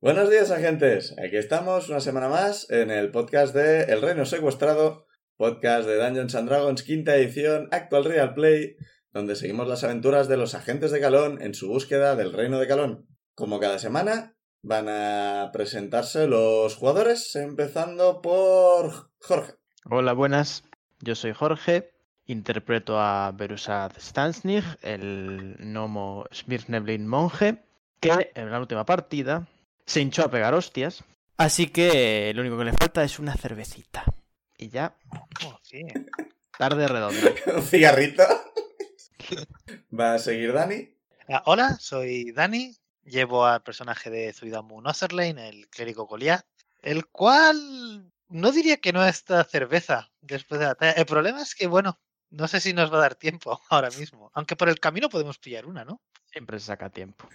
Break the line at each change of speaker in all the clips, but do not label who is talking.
Buenos días, agentes. Aquí estamos una semana más en el podcast de El Reino Secuestrado, podcast de Dungeons and Dragons, quinta edición, actual Real Play, donde seguimos las aventuras de los agentes de Calón en su búsqueda del Reino de Calón. Como cada semana, van a presentarse los jugadores, empezando por Jorge.
Hola, buenas. Yo soy Jorge. Interpreto a Berusad Stansnig, el gnomo Smirneblin monje, que en la última partida se hinchó a pegar hostias. Así que eh, lo único que le falta es una cervecita. Y ya,
Oh, sí.
tarde redonda.
Un cigarrito. Va a seguir Dani.
Ah, Hola, soy Dani. Llevo al personaje de Zuidamu Noserlane, el clérigo Goliath, el cual no diría que no está cerveza después de la batalla. El problema es que, bueno, no sé si nos va a dar tiempo ahora mismo. Aunque por el camino podemos pillar una, ¿no?
Siempre se saca tiempo.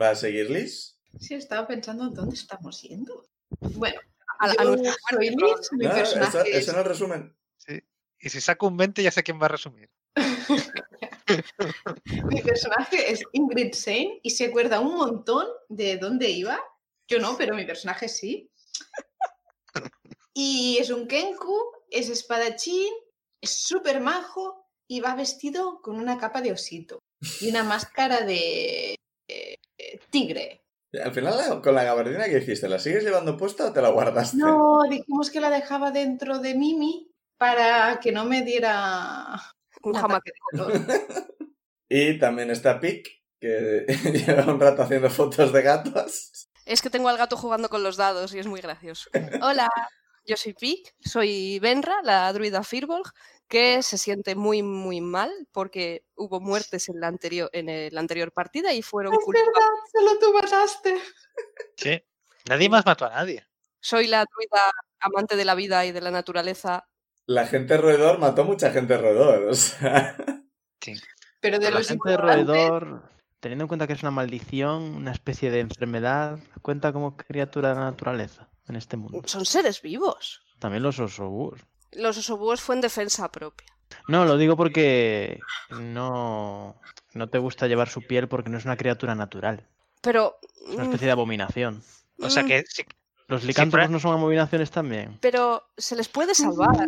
Va a seguir Liz.
Sí, estaba pensando en dónde estamos yendo. Bueno, a,
a nuestra
soy
muerte,
Liz, mi
No, eso,
personaje es-
eso no es resumen.
Y si saco un 20 ya sé quién va a resumir.
mi personaje es Ingrid Sein y se acuerda un montón de dónde iba. Yo no, pero mi personaje sí. Y es un Kenku, es espadachín, es súper majo y va vestido con una capa de osito y una máscara de eh, eh, tigre.
Al final, la- con la gabardina que hiciste, ¿la sigues llevando puesta o te la guardaste?
No, dijimos que la dejaba dentro de Mimi para que no me diera
un
un
jamaco.
ataque de color.
Y también está Pic, que lleva un rato haciendo fotos de gatos.
Es que tengo al gato jugando con los dados y es muy gracioso. Hola, yo soy Pic, soy Benra, la druida Firbolg, que se siente muy, muy mal porque hubo muertes en la anterior, en el- la anterior partida y fueron
Es
culpa-
verdad, solo tú pasaste.
Sí. Nadie más mató a nadie.
Soy la druida amante de la vida y de la naturaleza.
La gente roedor mató mucha gente roedor. O sea,
Pero de
La
los
gente de
ignorantes,
roedor, teniendo en cuenta que es una maldición, una especie de enfermedad, cuenta como criatura de la naturaleza en este mundo.
Son seres vivos.
También los osobús.
Los osobúos fue en defensa propia.
No, lo digo porque no, no te gusta llevar su piel porque no es una criatura natural.
Pero.
Es una especie de abominación.
O sea
mm,
que sí,
Los
Sí,
licántropos
pero-
no son abominaciones también.
Pero se les puede salvar.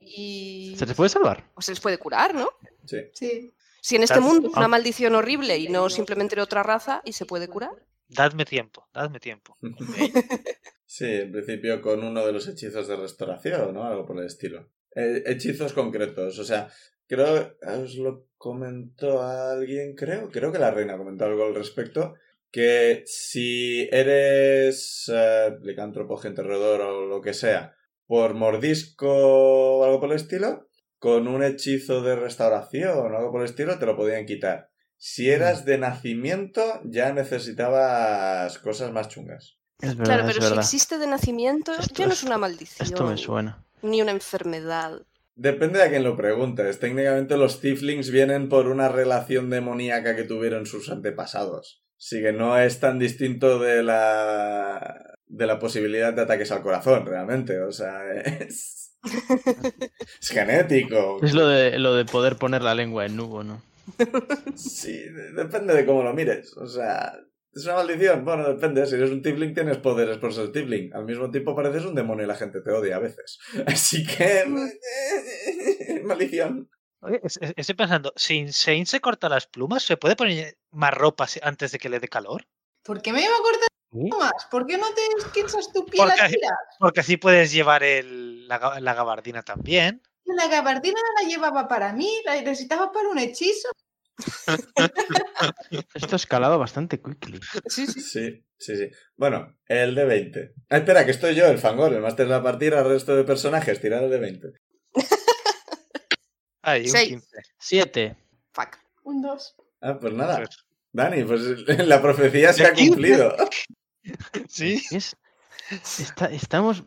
Y.
¿Se les puede salvar?
O se les puede curar, ¿no?
sí.
Sí.
Si en este
Claro.
mundo es una
Ah.
maldición horrible y no simplemente de otra raza y se puede curar.
dadme tiempo, dadme tiempo.
Sí, en principio con uno de los hechizos de restauración, ¿no? Algo por el estilo. Eh, hechizos concretos, o sea, creo, os lo comentó alguien, creo, creo que la reina comentó algo al respecto, que si eres eh, licántropo, gente roedor o lo que sea, por mordisco o algo por el estilo, con un hechizo de restauración o algo por el estilo te lo podían quitar. Si eras de nacimiento ya necesitabas cosas más chungas.
Es verdad,
Claro,
es
pero si
verdad.
existe de nacimiento,
Esto
ya no es
es-
una maldición.
Esto me suena.
Ni una enfermedad.
Depende de a quién lo preguntes. Técnicamente los tieflings vienen por una relación demoníaca que tuvieron sus antepasados. Así que no es tan distinto de la de la posibilidad de ataques al corazón, realmente. O sea, es, es genético.
Es lo de, lo de poder poner la lengua en nubo, ¿no?
Sí, de- depende de cómo lo mires. O sea, es una maldición. Bueno, depende. Si eres un tiefling tienes poderes por ser tiefling. Al mismo tiempo pareces un demonio y la gente te odia a veces. Así que... maldición.
Oye, es- es- Estoy pensando, si Insane se corta las plumas, ¿se puede poner más ropa si- antes de que le dé calor?
¿Por qué me iba a cortar
Uh,
más? ¿Por qué no te esquinzas tu piel
Porque-
a tirar?
Porque así puedes llevar el- la, ga- la gabardina también.
La gabardina la llevaba para mí, la necesitaba para un hechizo.
Esto ha escalado bastante quickly.
Sí, sí.
Sí, sí, sí. Bueno, el de 20. Ah, espera, que estoy yo, el fangor, el máster de la partida, el resto de personajes, tirar el de 20.
Ahí, un
Seis.
15.
Siete.
Fuck.
Un dos.
Ah, pues nada.
Pues,
Dani, pues la profecía se ha cumplido.
Sí.
Es- está- estamos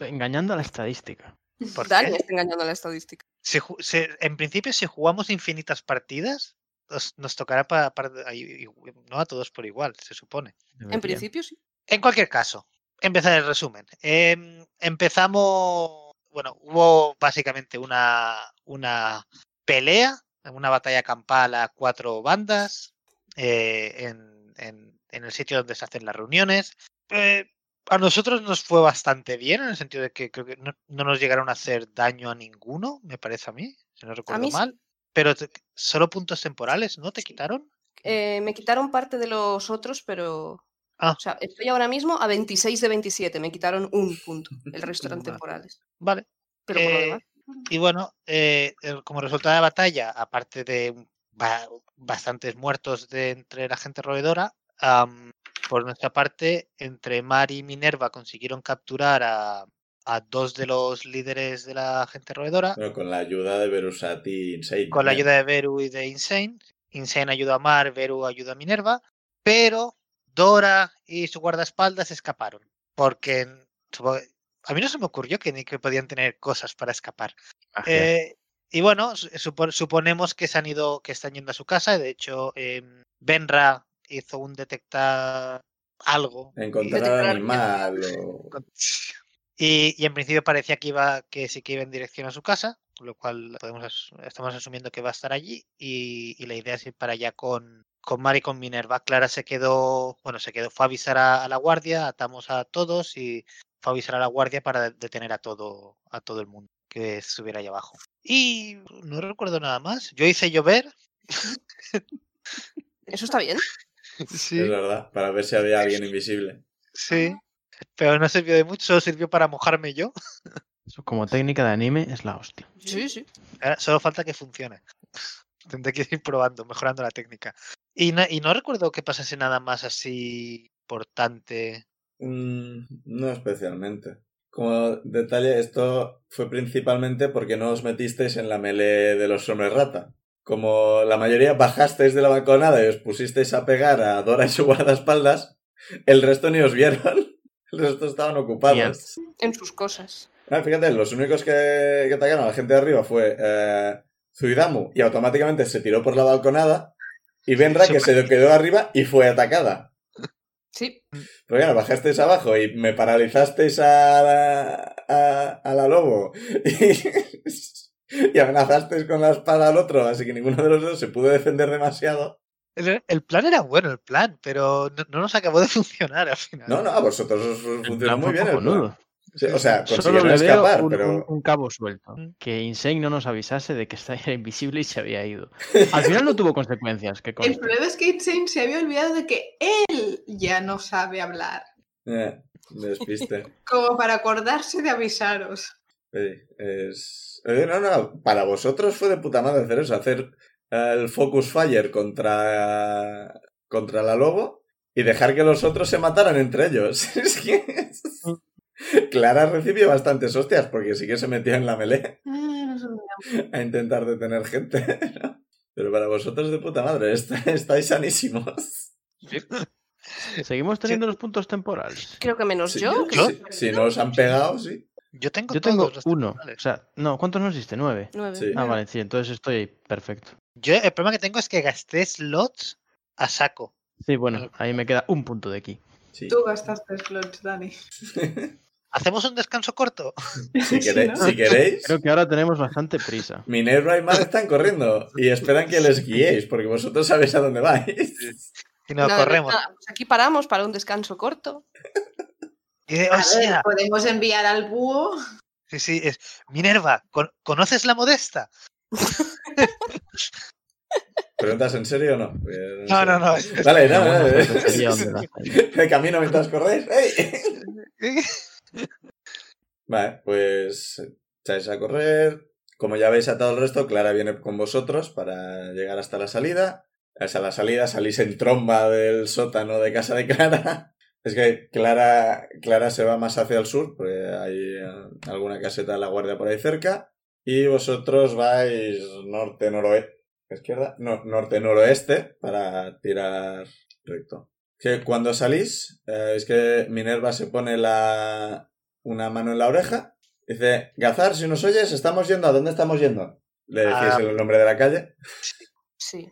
engañando a la estadística.
¿Por qué?
Dani está engañando a la estadística.
Si ju- si- en principio, si jugamos infinitas partidas, nos, nos tocará para, no a todos por igual, se supone.
En principio sí.
En cualquier caso, empezar el resumen. Em, empezamos, bueno, hubo básicamente una, una pelea, una batalla campal a cuatro bandas eh, en, en- en el sitio donde se hacen las reuniones. Eh, a nosotros nos fue bastante bien, en el sentido de que creo que no, no nos llegaron a hacer daño a ninguno, me parece a mí, si no recuerdo
mí sí.
mal. Pero te- solo puntos temporales, ¿no? ¿Te quitaron?
Eh, me quitaron parte de los otros, pero.
Ah.
O sea, estoy ahora mismo a 26 de 27. Me quitaron un punto. El resto eran
Vale.
temporales.
Vale.
Pero por lo
Eh,
demás.
Y bueno, eh, el- como resultado de la batalla, aparte de un- ba- bastantes muertos de entre la gente roedora, am, por nuestra parte, entre Mar y Minerva consiguieron capturar a, a dos de los líderes de la gente roedora
Pero con la ayuda de Berusati Insane. ¿eh?
con la
también.
ayuda de Beru y de Insane. Insane ayuda a Mar, Beru ayuda a Minerva, pero Dora y su guardaespaldas escaparon. Porque supongo- a mí no se me ocurrió que ni que podían tener cosas para escapar.
Magia.
Eh, y bueno, su- supo- suponemos que se han ido, que están yendo a su casa. De hecho, em, Benra hizo un detectar algo.
Encontrar
Detectar
al
al
animal o...
Y, y en principio parecía que iba, que sí que iba en dirección a su casa, lo cual podemos as- estamos asumiendo que va a estar allí. Y, y la idea es ir para allá con, con Mari y con Minerva. Clara se quedó, bueno, se quedó, fue a avisar a, a la guardia, atamos a todos y fue a avisar a la guardia para detener a todo, a todo el mundo que estuviera ahí abajo. Y no recuerdo nada más. Yo hice llover.
Eso está bien.
Es verdad, para ver si había alguien invisible.
sí. Pero no sirvió de mucho, solo sirvió para mojarme yo.
Eso como técnica de anime es la hostia.
Sí, sí.
Ahora solo falta que funcione. Tendré que ir probando, mejorando la técnica. Y no, y no recuerdo que pasase nada más así importante.
Mm, no especialmente. Como detalle, esto fue principalmente porque no os metisteis en la melee de los hombres rata. Como la mayoría bajasteis de la balconada y os pusisteis a pegar a Dora y su guardaespaldas, el resto ni os vieron. El resto estaban ocupados.
En sus cosas.
Ah, fíjate, los únicos que, que atacaron a la gente de arriba fue eh, Zuidamu y automáticamente se tiró por la balconada y Benra que se quedó arriba y fue atacada.
Sí.
Pero claro, Pues bajasteis abajo y me paralizasteis a la, a, a la lobo y, y amenazasteis con la espada al otro, así que ninguno de los dos se pudo defender demasiado.
El, el plan era bueno, el plan, pero no, no nos acabó de funcionar al final.
No, no, a vosotros os os
El
funcionó
plan
muy
fue
bien el plan.
cojonudo.
Sí, O sea,
Solo
consiguieron
le veo
escapar,
un,
pero...
un- un cabo suelto.
Mm.
Que Insane no nos avisase de que estaba era invisible y se había ido. Al final no tuvo consecuencias, que
El
conste.
problema es que Insane se había olvidado de que él ya no sabe hablar.
Eh, despiste.
Como para acordarse de avisaros.
Sí, es... eh, No, no, para vosotros fue de puta madre hacer eso, hacer eh, el Focus Fire contra, contra la Lobo y dejar que los otros se mataran entre ellos. Es que... es- Clara recibió bastantes hostias porque sí que se metió en la melee
Ah, no sé dónde.
a intentar detener gente. ¿no? Pero para vosotros de puta madre, est- estáis sanísimos.
Seguimos teniendo los puntos temporales.
Creo que menos
Sí,
yo. que
sí, si no os han pegado, sí.
Yo tengo,
Yo tengo
todos los
uno.
temporales.
O sea, no, ¿cuántos nos diste? Nueve.
nueve.
Sí.
Ah, vale, sí, entonces estoy perfecto.
Yo, el problema que tengo es que gasté slots a saco.
Sí, bueno, ahí me queda un punto de aquí.
Sí.
Tú gastaste slots, Dani.
¿Hacemos un descanso corto?
Si, queréis,
¿no?
si queréis,
Creo que ahora tenemos bastante prisa.
Minerva y Mar están corriendo y esperan que les guiéis, porque vosotros sabéis a dónde vais.
Si no,
Nada,
corremos.
nada, pues aquí paramos para un descanso corto.
Y dice,
A ver,
"Hostia,
podemos enviar al búho.
Sí, sí, es Minerva, ¿con- ¿conoces la modesta?
¿Preguntas en serio o no? Eh,
No,
sé.
no, no. es-
Vale, no,
Pero
no,
bueno,
eh,
esa sería donde la-
De camino mientras corréis. ¡Ey! Vale, pues echáis a correr. Como ya habéis atado el resto, Clara viene con vosotros para llegar hasta la salida. Hasta la salida salís en tromba del sótano de casa de Clara. Es que Clara, Clara se va más hacia el sur, porque hay eh, alguna caseta de la guardia por ahí cerca. Y vosotros vais norte-noroeste. izquierda, no, norte-noroeste para tirar recto. Que cuando salís, eh, es que Minerva se pone la, una mano en la oreja. Dice, Gazar, si nos oyes, estamos yendo. ¿A dónde estamos yendo? Le decís
Ah.
el nombre de la calle.
Sí.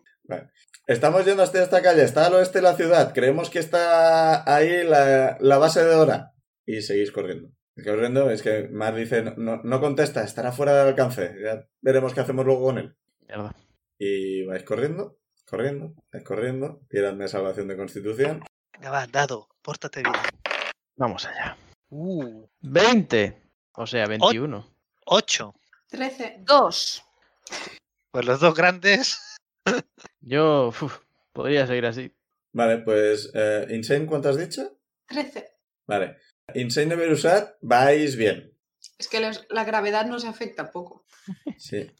Estamos yendo hasta esta calle, está al oeste de la ciudad. Creemos que está ahí la, la base de Dora. Y seguís corriendo. Corriendo, es que Mar dice, no, no- no contesta, estará fuera del alcance. Ya veremos qué hacemos luego con él.
Mierda.
Y vais corriendo, corriendo, vais corriendo. Tiradme salvación de constitución.
Venga, va, dado, pórtate bien.
Vamos allá.
Uh,
20. O sea, 21.
8.
13.
Dos.
Pues los dos grandes.
Yo uf, podría seguir así.
Vale, pues, eh, Insane, ¿cuánto has dicho?
13.
Vale. Insane de Berusat, vais bien.
Es que los- la gravedad nos afecta poco.
Sí.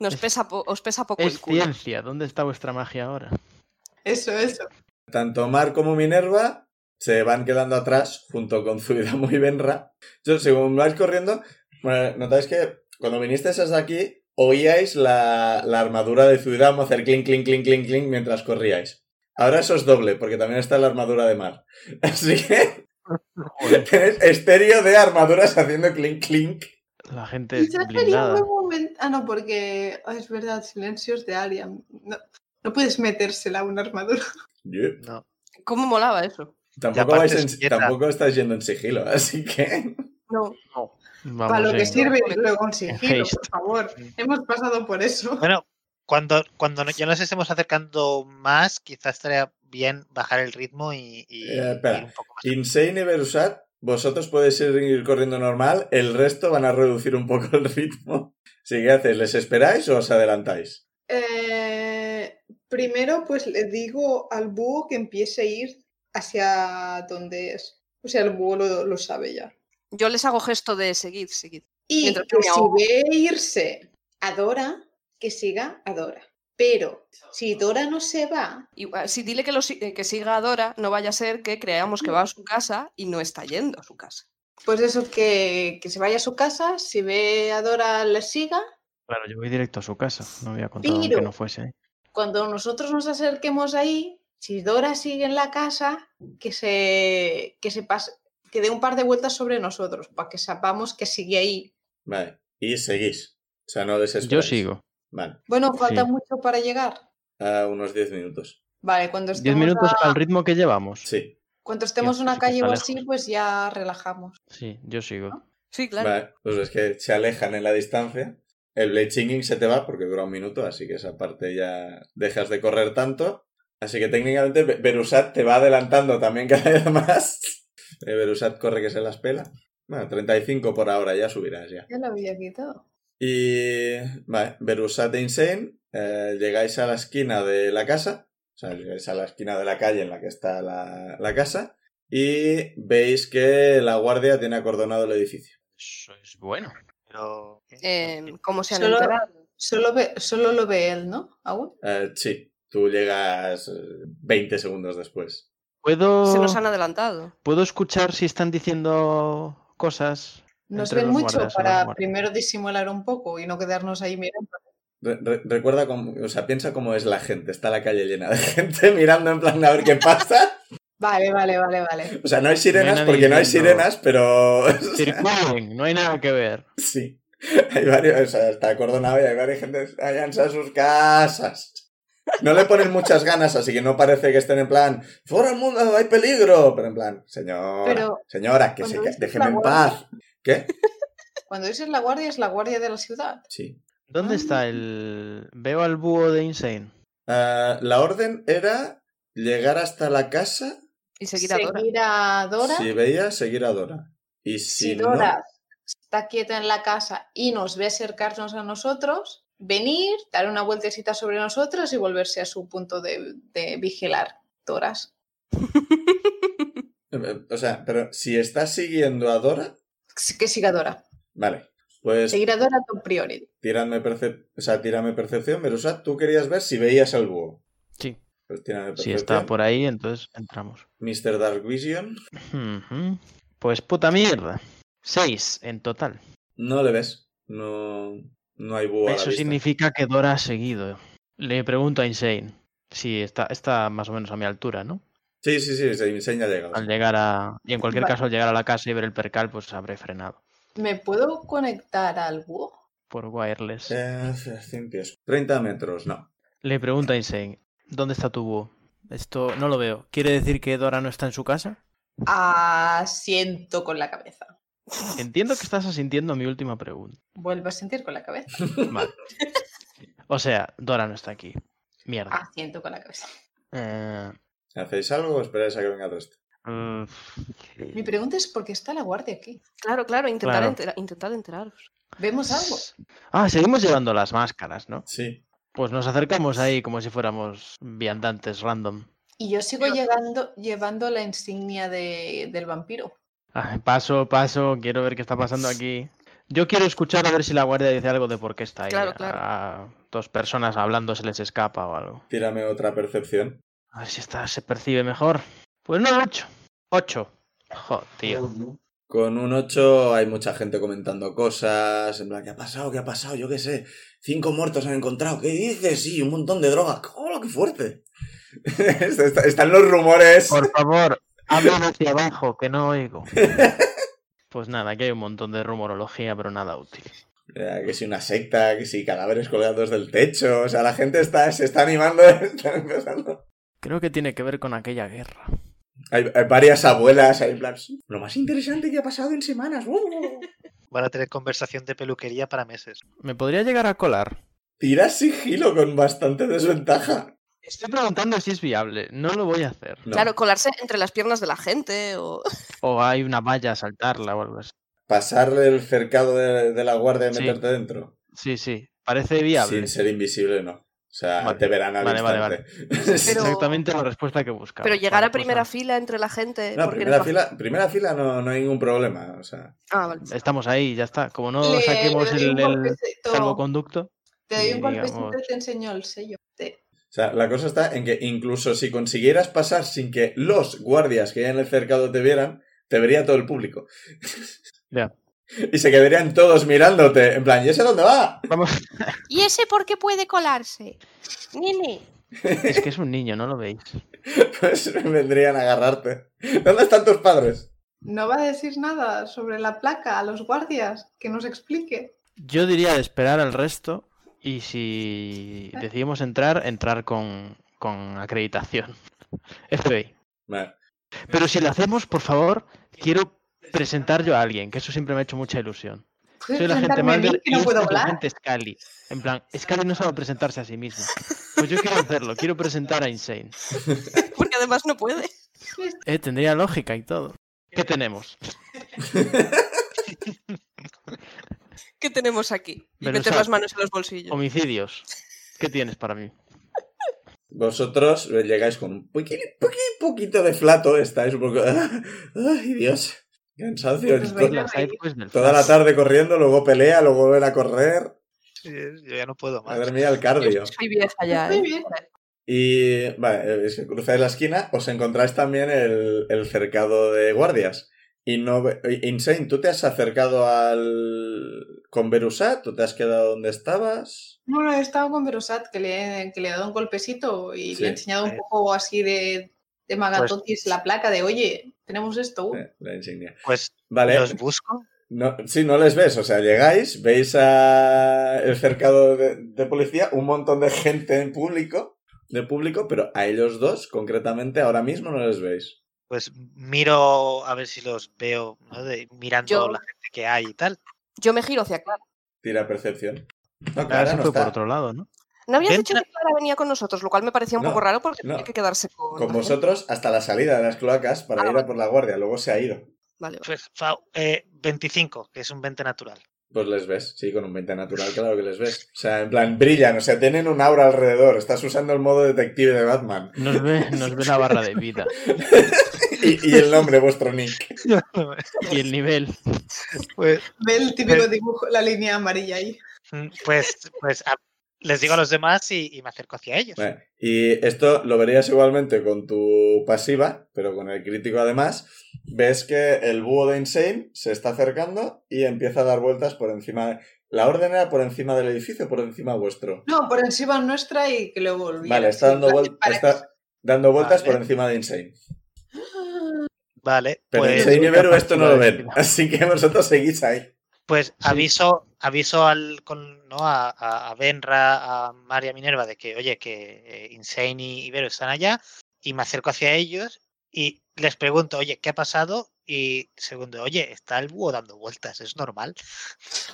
Nos
Es-
pesa po- os pesa poco
Es
el culo.
ciencia. ¿Dónde está vuestra magia ahora?
Eso, eso.
Tanto Mar como Minerva se van quedando atrás junto con Zuidamu y Benra. Yo, según vais corriendo, bueno, notáis que cuando vinisteis hasta aquí, oíais la, la armadura de Zuidamu hacer clink, clink, clink, clink, clink mientras corríais. Ahora eso es doble, porque también está la armadura de Mar. Así que tenéis estéreo de armaduras haciendo clink, clink.
La gente es
Quizás sería un
blindada.
buen momento. Ah, no, porque ah, es verdad, silencios de área. No, no puedes metérsela a una armadura.
Yep.
No.
¿Cómo molaba eso?
Tampoco,
aparte
vais en-
es quieta.
tampoco estáis yendo en sigilo, así que...
No.
Vamos Mm.
Para lo que
en-
sirve luego en sigilo, por
haste.
favor. Hemos pasado por eso.
Bueno, cuando, cuando no- ya nos estemos acercando más, quizás estaría bien bajar el ritmo y, y-
Eh, espera.
ir un poco más.
Insane y Berusat, vosotros podéis ir corriendo normal, el resto van a reducir un poco el ritmo. Así que haces, ¿les esperáis o os adelantáis?
Eh, primero, pues le digo al búho que empiece a ir hacia donde es. O sea, el búho lo, lo sabe ya.
Yo les hago gesto de seguid, seguid.
Y
Mientras
que
me
si
ahogo.
ve irse a Dora, que siga a Dora. Pero si Dora no se va,
Igual, si dile que, lo, si- eh, que siga a Dora, no vaya a ser que creamos que va a su casa y no está yendo a su casa.
pues eso, que, que se vaya a su casa. Si ve a Dora, le siga.
Claro, yo voy directo a su casa. No había contado
Pero-
que no fuese ahí.
Cuando nosotros nos acerquemos ahí, si Dora sigue en la casa, que se, que se pase, que dé un par de vueltas sobre nosotros, para que sepamos que sigue ahí.
Vale. Y seguís. O sea, no desesperáis.
Yo sigo.
Vale.
Bueno, falta
Sí.
mucho para llegar.
A unos 10 minutos.
Vale, cuando estemos,
10 minutos
a-
al ritmo que llevamos.
Sí.
cuando estemos
Dios,
en una
eso que
calle o
está
así,
lejos.
pues ya relajamos.
Sí, yo sigo.
Sí, claro.
Vale. Pues es que se alejan en la distancia. El Blade Singing se te va porque dura un minuto, así que esa parte ya dejas de correr tanto. Así que técnicamente Be- Berusat te va adelantando también cada vez más. Eh, Berusat corre que se las pela. Bueno, 35 por ahora, ya subirás ya.
Ya lo había quitado.
Y vale, Berusat e Insane, eh, llegáis a la esquina de la casa, o sea, llegáis a la esquina de la calle en la que está la, la casa, y veis que la guardia tiene acordonado el edificio.
Eso es bueno.
Pero,
Eh, ¿Cómo se han
Solo-
enterado?
Solo, ve- solo lo ve él, ¿no? Aún.
Eh, sí, tú llegas eh, 20 segundos después.
¿Puedo,
Se nos han adelantado.
¿Puedo escuchar si están diciendo cosas?
Nos
Entre
ven
los
mucho
guardas, los
para
guardas.
primero disimular un poco y no quedarnos ahí mirando.
Re- re- recuerda, cómo- o sea, piensa cómo es la gente, está la calle llena de gente mirando en plan a ver qué pasa.
Vale, vale, vale, vale.
O sea, no hay sirenas
nadie
porque no hay
diciendo-
sirenas, pero...
Circulen, no hay nada que ver.
Sí. Hay varios, o sea, está acordonado y hay varias gente hallanse a sus casas. No le ponen muchas ganas, así que no parece que estén en plan, fuera el mundo, hay peligro. Pero en plan, señora,
Pero
señora, que se,
cuando
ca-
dices
déjeme
la
en
guardia-
paz. ¿Qué?
Cuando dices la guardia, es la guardia de la ciudad.
Sí.
¿Dónde
Ah.
está el...? Veo al búho de Insane.
Ah, la orden era llegar hasta la casa,
Y seguir a Dora.
Seguir a Dora.
si veía, seguir a Dora. Y si,
si
no,
Dora está quieta en la casa y nos ve acercarnos a nosotros, venir, dar una vueltecita sobre nosotros y volverse a su punto de, de vigilar Doras.
eh, o sea, pero si está siguiendo a Dora,
Que siga Dora.
vale. Pues
Seguir a Dora top priority.
tírame, percep- o sea, tírame percepción, pero o sea, tú querías ver si veías al búho.
Sí.
Pues tírame
Si
percepción.
está por ahí, entonces entramos.
Mr. Dark Vision.
Ujú. Pues puta mierda. Seis en total.
No le ves. No. No hay búho a la
Eso
vista.
significa que Dora ha seguido. Le pregunto a Insane si está, está más o menos a mi altura, ¿no?
Sí, sí, sí, se enseña ha llegado.
Al llegar a. Y en cualquier
Va-
caso, al llegar a la casa y ver el percal, pues habré frenado.
¿Me puedo conectar al búho?
Por wireless.
Eh, 100 pies. 30 metros, no.
Le pregunto a Insane, ¿dónde está tu búho?
Esto no lo veo. ¿Quiere decir que Dora no está en su casa?
Asiento con la cabeza.
Entiendo que estás asintiendo a mi última pregunta.
Vuelvo a sentir con la cabeza.
Vale. O sea, Dora no está aquí.
Ah.
Mierda.
Asiento con la cabeza.
Eh,
¿Hacéis algo o esperáis a que venga el resto?
mm,
Mi pregunta es por qué está la guardia aquí.
Claro, claro, intentar
Claro.
entera- intentad enteraros.
¿Vemos algo?
Ah, seguimos llevando las máscaras, ¿no?
Sí.
Pues nos acercamos ahí como si fuéramos viandantes random.
Y yo sigo
Yo-
llegando, llevando la insignia de- del vampiro.
Ah, Paso, paso, quiero ver qué está pasando aquí. Yo quiero escuchar a ver si la guardia dice algo de por qué está ahí.
Claro, claro.
A dos personas hablando se les escapa o algo.
Tírame otra percepción.
A ver si esta se percibe mejor. Pues no, 8. 8. Jo, tío.
Con un 8 hay mucha gente comentando cosas. En plan, ¿qué ha pasado? ¿Qué ha pasado? Yo qué sé. Cinco muertos han encontrado. ¿Qué dices? Sí, un montón de drogas. ¡Hola, qué fuerte! Está- Están los rumores.
Por favor, hablen hacia abajo, que no oigo. Pues nada, aquí hay un montón de rumorología, pero nada útil.
Eh, Que si una secta, que si cadáveres colgados del techo. O sea, la gente está, se está animando. está empezando.
Creo que tiene que ver con aquella guerra.
Hay, hay varias abuelas. Hay en plan, "Sí, lo más interesante que ha pasado en semanas. ¡Uh!".
Van a tener conversación de peluquería para meses.
¿Me podría llegar a colar?
Tira sigilo con bastante desventaja.
Estoy preguntando si es viable, no lo voy a hacer.
No.
Claro, colarse entre las piernas de la gente o...
O hay una valla a saltarla o algo así.
Pasarle el cercado de, de la guardia y
Sí.
meterte dentro.
Sí, sí, parece viable.
Sin ser invisible, no. O sea,
Vale.
te verán al
Vale, vale,
instante.
Pero-
Exactamente la respuesta que buscaba.
Pero llegar
Vale,
a
pues
primera
nada.
fila entre la gente...
No,
porque
primera
eres
fila, primera fila no, no hay ningún problema. O sea,
va- Ah, vale.
Estamos ahí, ya está. Como no
Le- le
saquemos
doy
el,
un
el
golpecito-
salvoconducto,
Te doy
y
un golpecito
digamos-
y te enseño el sello. Te-
o sea, la cosa está en que incluso si consiguieras pasar sin que los guardias que hay en el cercado te vieran, te vería todo el público.
Ya.
Y se quedarían todos mirándote. En plan, ¿y ese dónde va?
vamos.
¿Y ese por qué puede colarse? Nene.
Es que es un niño, no lo veis.
Pues vendrían a agarrarte. ¿Dónde están tus padres?
No va a decir nada sobre la placa a los guardias, que nos explique.
Yo diría de esperar al resto.
Y si decidimos entrar, entrar con, con acreditación. FBI.
Vale.
Pero si lo hacemos, por favor, quiero presentar yo a alguien, que eso siempre me ha hecho mucha ilusión.
Puedes
Soy la gente
presentarme a mí,
Marvel
que
y
no
esta
puedo
es la
hablar.
gente Scali. En plan, Scali no sabe presentarse a sí mismo. Pues yo quiero hacerlo, quiero presentar a Insane.
Porque además no puede.
Eh, tendría lógica y todo.
¿Qué tenemos?
¿Qué tenemos aquí? Y
Pero,
meter
o sea,
las manos en los bolsillos.
Homicidios. ¿Qué tienes para mí?
Vosotros llegáis con un poqui- poqui- poquito de flato. Estáis un poco. "Ah, ¡Ay, Dios! Cansancio.
Pues
To-
venga.
Las side quests del
Toda la
flash.
tarde corriendo, luego pelea, luego volver a correr.
Sí, Yo ya no puedo más.
Madre mía, el cardio.
Yo soy vieja ya,
Muy
¿eh?
bien.
Y vale, eh, si cruzáis la esquina, os encontráis también el, el cercado de guardias. Y no ve- eh, Insane, ¿tú te has acercado al. con Berusat? ¿Tú te has quedado donde estabas?
Bueno, he estado con Verosat, que le, que le he dado un golpecito y
Sí.
le he enseñado
eh.
un poco así de, de
Pues
magatotis la placa de, oye, tenemos esto.
Eh, La insignia.
Pues
Vale.
los busco.
No, sí, no les ves, o sea, llegáis, veis a el cercado de, de policía, un montón de gente en público, de público, pero a ellos dos, concretamente, ahora mismo no les veis.
Pues miro a ver si los veo, ¿no? De- mirando
Yo-
la gente que hay y tal.
Yo me giro hacia Clara.
Tira percepción. No,
Ahora
Clara
se
no
Ah, fue por
está.
otro lado, ¿no?
No habías dicho
Entra-
que Clara venía con nosotros, lo cual me parecía un
No,
poco raro porque
no.
tenía que quedarse con...
con
la gente.
vosotros hasta la salida de las cloacas para
Ah,
ir a por la guardia. Luego se ha ido.
Vale, vale.
Pues Fau, eh, 25, que es un 20 natural.
Pues les ves, sí, con un 20 natural, claro que les ves. O sea, en plan, brillan, o sea, tienen un aura alrededor. Estás usando el modo detective de Batman.
Nos ve, nos ve la barra de vida
Y, y el nombre, vuestro nick.
y el nivel.
pues,
Ve el típico
Pero-
dibujo, la línea amarilla ahí.
mm, pues, pues a- les digo a los demás y, y me acerco hacia ellos.
Vale, Y esto lo verías igualmente con tu pasiva, pero con el crítico además. Ves que el búho de Insane se está acercando y empieza a dar vueltas por encima. de- La orden era por encima del edificio, por encima vuestro.
No, por encima nuestra y que lo volviera.
Vale, está
sí,
dando,
para-
vuel-
para-
está dando vueltas
Vale.
por encima de Insane.
Vale,
Pero
pues,
Insane y Vero
capaz
esto
que
no lo
lo ha
ven.
decidido.
Así que vosotros seguís ahí.
pues aviso, aviso al, con, ¿no? a, a- a Benra, a María Minerva de que, oye, que eh, Insane y Ibero están allá y me acerco hacia ellos y les pregunto, oye, ¿qué ha pasado? Y segundo, oye, está el búho dando vueltas, es normal.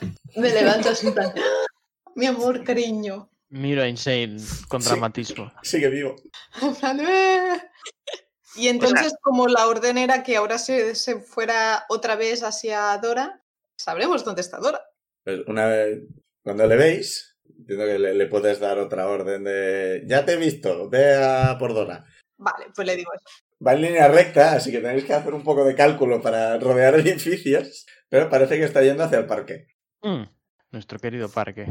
Me levanto así en plan, "Ah, Mi amor, cariño.
Miro a Insane con
Sí.
dramatismo.
Sigue vivo.
En plan, "Ah". Y entonces, como la orden era que ahora se, se fuera otra vez hacia Dora, sabremos dónde está Dora.
Pues una vez, cuando le veis, entiendo que le, le puedes dar otra orden de... Ya te he visto, ve a por Dora.
Vale, pues le digo eso.
Va en línea recta, así que tenéis que hacer un poco de cálculo para rodear edificios. Pero parece que está yendo hacia el parque.
Mm, Nuestro querido parque.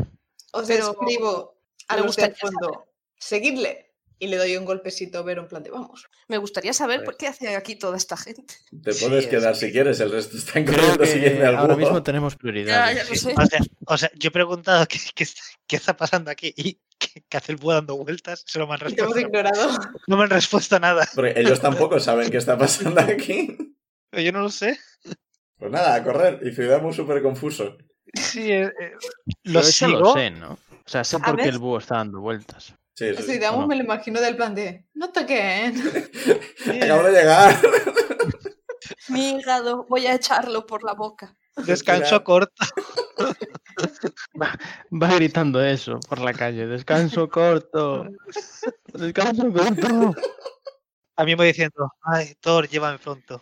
Os
Pero
describo a
me
los del
gustaría
fondo. Seguidle. Y le doy un golpecito, pero en plan de vamos.
Me gustaría saber
Vale.
por qué hace aquí toda esta gente.
Te
Sí,
puedes
es
quedar
que-
si quieres, el resto están
Creo
corriendo
que
siguiendo al
ahora
búho.
mismo tenemos
Ya, ya
prioridades.
lo sé.
O sea, o sea, yo he preguntado qué, qué está- qué está pasando aquí y qué, qué hace el búho dando vueltas, solo me han
Y te hemos
respuesto,
ignorado.
no me han respuesto nada.
Porque ellos tampoco saben qué está pasando aquí.
Yo no lo sé.
Pues nada, a correr. Y Ciudadamo súper confuso.
Sí, eh, eh,
Pero
lo
eso
sigo.
lo sé, ¿no? O sea, sé
A
por qué
ver.
el búho está dando vueltas.
Sí, sí,
Así,
sí.
digamos,
no.
me lo imagino del plan de no toquen.
Eh,
Acabo de llegar.
Mi hígado, voy a echarlo por la boca.
Descanso corto.
Va gritando eso por la calle. Descanso corto. Descanso corto.
A mí me voy diciendo, ay, Thor, llévame pronto.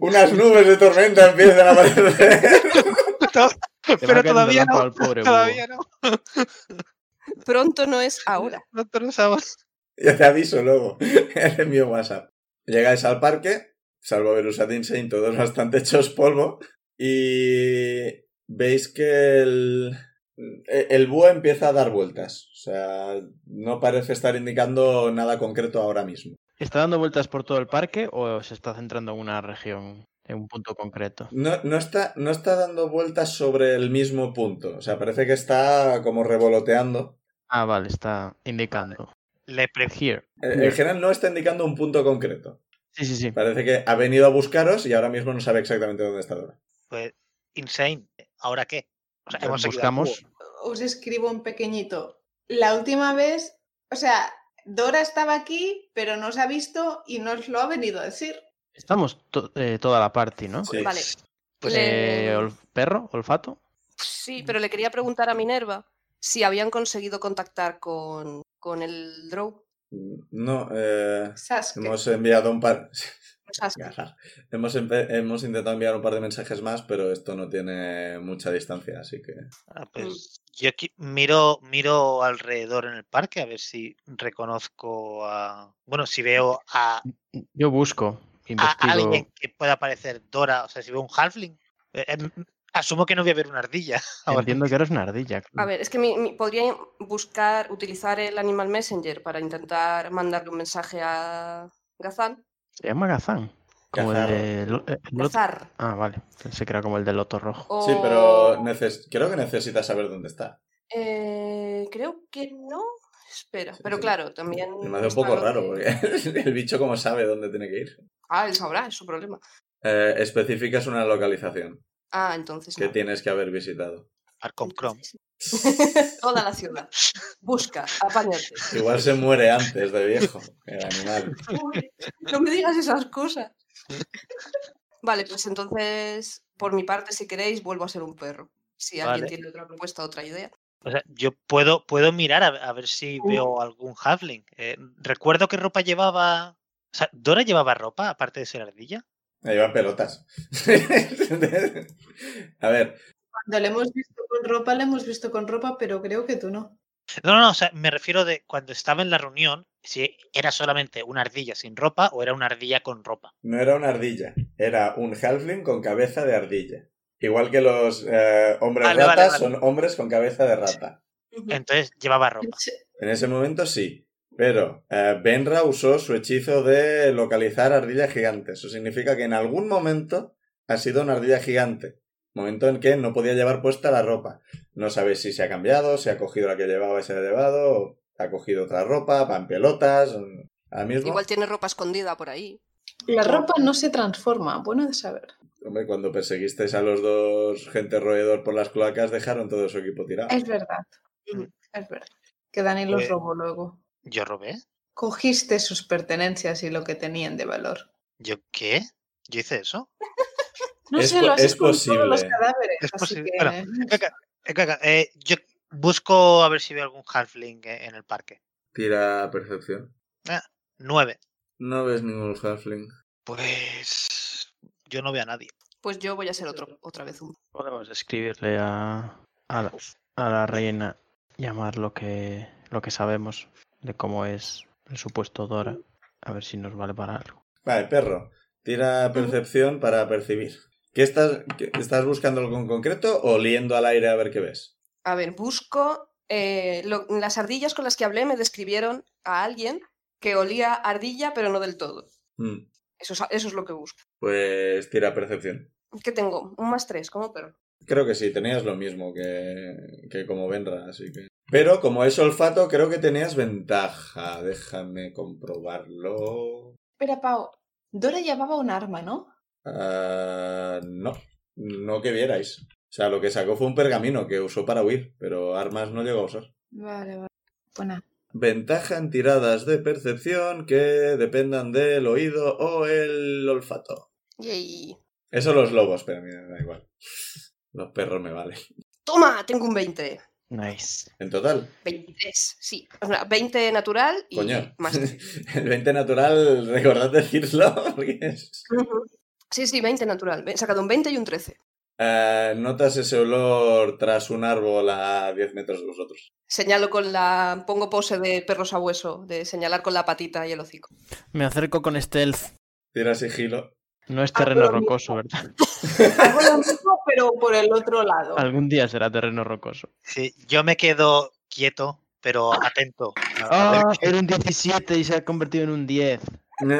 Unas nubes de tormenta empiezan a aparecer.
Te va
Pero
cayendo la
todavía no.
pava al pobre búho.
Todavía no.
Pronto no es ahora.
No te lo sabes.
Ya te aviso luego. Ya te envío WhatsApp. Llegáis al parque, salvo Verusat Insane, todos bastante hechos polvo. Y veis que el, el búho empieza a dar vueltas. O sea, no parece estar indicando nada concreto ahora mismo.
¿Está dando vueltas por todo el parque o se está centrando en una región, en un punto concreto?
No, no, está, no está dando vueltas sobre el mismo punto. O sea, parece que está como revoloteando.
Ah, vale, está indicando.
Le pre-
Here.
El el general no está indicando un punto concreto.
Sí, sí, sí.
Parece que ha venido a buscaros y ahora mismo no sabe exactamente dónde está Dora.
pues, insane. ¿Ahora qué? O sea,
Pues
hemos seguido al
buscamos.
búho.
Os escribo un pequeñito. La última vez, o sea, Dora estaba aquí, pero no os ha visto y no os lo ha venido a decir.
Estamos to- eh, toda la party, ¿no?
Sí.
Vale.
Pues,
Le-
Eh, olf- ¿Perro? ¿Olfato?
Sí, pero le quería preguntar a Minerva si habían conseguido contactar con, con el Drow.
No, eh,
Sasuke.
hemos enviado un par.
O sea, sí.
hemos, empe- hemos intentado enviar un par de mensajes más, pero esto no tiene mucha distancia, así que.
ah, pues, yo aquí miro, miro alrededor en el parque a ver si reconozco a. Bueno, si veo a,
Yo busco,
a
investigo.
alguien que pueda parecer Dora. O sea, si veo un halfling. eh, em, asumo que no voy a ver una ardilla. ahora.
Entiendo que eres una ardilla.
A ver, es que mi- mi- podría buscar, utilizar el Animal Messenger para intentar mandarle un mensaje a Gazán.
Se llama Gazán. Como
Gazar.
el de... lo- eh, el otro-
Gazar.
Ah, vale. Pensé que era como el del Loto Rojo.
o-
Sí,
Oh.
pero neces- creo que necesitas saber dónde está.
Eh, creo que no. Espera, pero
sí.
claro, también.
Me hace un
está
poco
lo
raro,
de-
porque el bicho, como sabe dónde tiene que ir.
Ah, él sabrá, es su problema.
Eh, especificas una localización
Ah, entonces.
que
no.
tienes que haber visitado.
Arkham Chrome.
Entonces, Toda la ciudad. Busca, apáñate.
Igual se muere antes de viejo, el animal.
Uy, No me digas esas cosas. Vale, pues entonces, por mi parte, si queréis, vuelvo a ser un perro. Si alguien
Vale.
tiene otra propuesta, otra idea.
O sea, yo puedo, puedo mirar a, a ver si veo algún halfling. Eh, recuerdo qué ropa llevaba. O sea, ¿Dora llevaba ropa aparte de ser ardilla?
Me llevan pelotas. a ver,
Cuando le hemos visto con ropa, le hemos visto con ropa, pero creo que tú no.
No, no, o sea, me refiero de cuando estaba en la reunión, si era solamente una ardilla sin ropa o era una ardilla con ropa.
no era una ardilla, era un halfling con cabeza de ardilla. Igual que los eh, hombres
Vale, vale,
ratas
vale.
son hombres con cabeza de rata.
Entonces llevaba ropa.
Se-
En ese momento sí. Pero eh, Benra usó su hechizo de localizar ardillas gigantes. Eso significa que en algún momento ha sido una ardilla gigante. Momento en que no podía llevar puesta la ropa. No sabes si se ha cambiado, si ha cogido la que llevaba y se la ha llevado, o ha cogido otra ropa, va en pelotas. mm. o- Ahora mismo,
Igual tiene ropa escondida por ahí.
La ropa no se transforma, bueno de saber.
hombre, cuando perseguisteis a los dos gente roedor por las cloacas, dejaron todo su equipo tirado.
Es verdad.
Mm.
Es verdad. Que Dani los
Eh.
robó luego.
¿Yo robé?
Cogiste sus pertenencias y lo que tenían de valor.
¿Yo qué? ¿Yo hice eso?
No
Es
sé,
po-
lo has
es
hecho con todos los
posible.
cadáveres.
Es
así
posible.
que-
Bueno, Eh, caca, eh, yo busco a ver si veo algún halfling eh, en el parque.
Tira percepción.
Nueve.
No ves ningún halfling.
Pues yo no veo a nadie.
Pues yo voy a ser otro, otra vez un.
Podemos escribirle a, a, la, a la reina, llamar lo que, lo que sabemos de cómo es el supuesto Dora, a ver si nos vale para algo.
Vale, perro. Tira percepción para percibir. ¿Qué estás, qué- estás buscando algo en concreto o liendo al aire a ver qué ves?
A ver, busco. eh, lo- las ardillas con las que hablé me describieron a alguien que olía a ardilla, pero no del todo.
Mm,
Eso es, eso es lo que busco.
Pues tira percepción.
¿Qué tengo? Un más tres, como perro.
Creo que sí, tenías lo mismo que, que como Benra, así que. Pero como es olfato, creo que tenías ventaja. Déjame comprobarlo.
Espera, Pau. Dora llevaba un arma, ¿no?
Ah, no, no que vierais. O sea, lo que sacó fue un pergamino que usó para huir, pero armas no llegó a usar.
Vale, vale. Buena.
Ventaja en tiradas de percepción que dependan del oído o el olfato.
Yay.
Eso los lobos, pero mira, da igual. Los perros me valen.
¡Toma! Tengo un 20.
Nice.
En total,
23, sí. O sea, 20 natural y
coño.
más tres.
El 20 natural, recordad decirlo. Porque es-
Ujú. Sí, sí, 20 natural. He sacado un 20 y un 13.
Ah, notas ese olor tras un árbol a 10 metros de vosotros.
Señalo con la. Pongo pose de perro sabueso, de señalar con la patita y el hocico.
Me acerco con stealth.
Tira sigilo.
No es
Ah,
terreno
pero mira.
rocoso, ¿verdad?
Hago lo mismo, pero por el otro lado.
Algún día será terreno rocoso.
Sí, yo me quedo quieto, pero atento. a- a ver
Ah,
qué-
era un 17 y se ha convertido en un 10.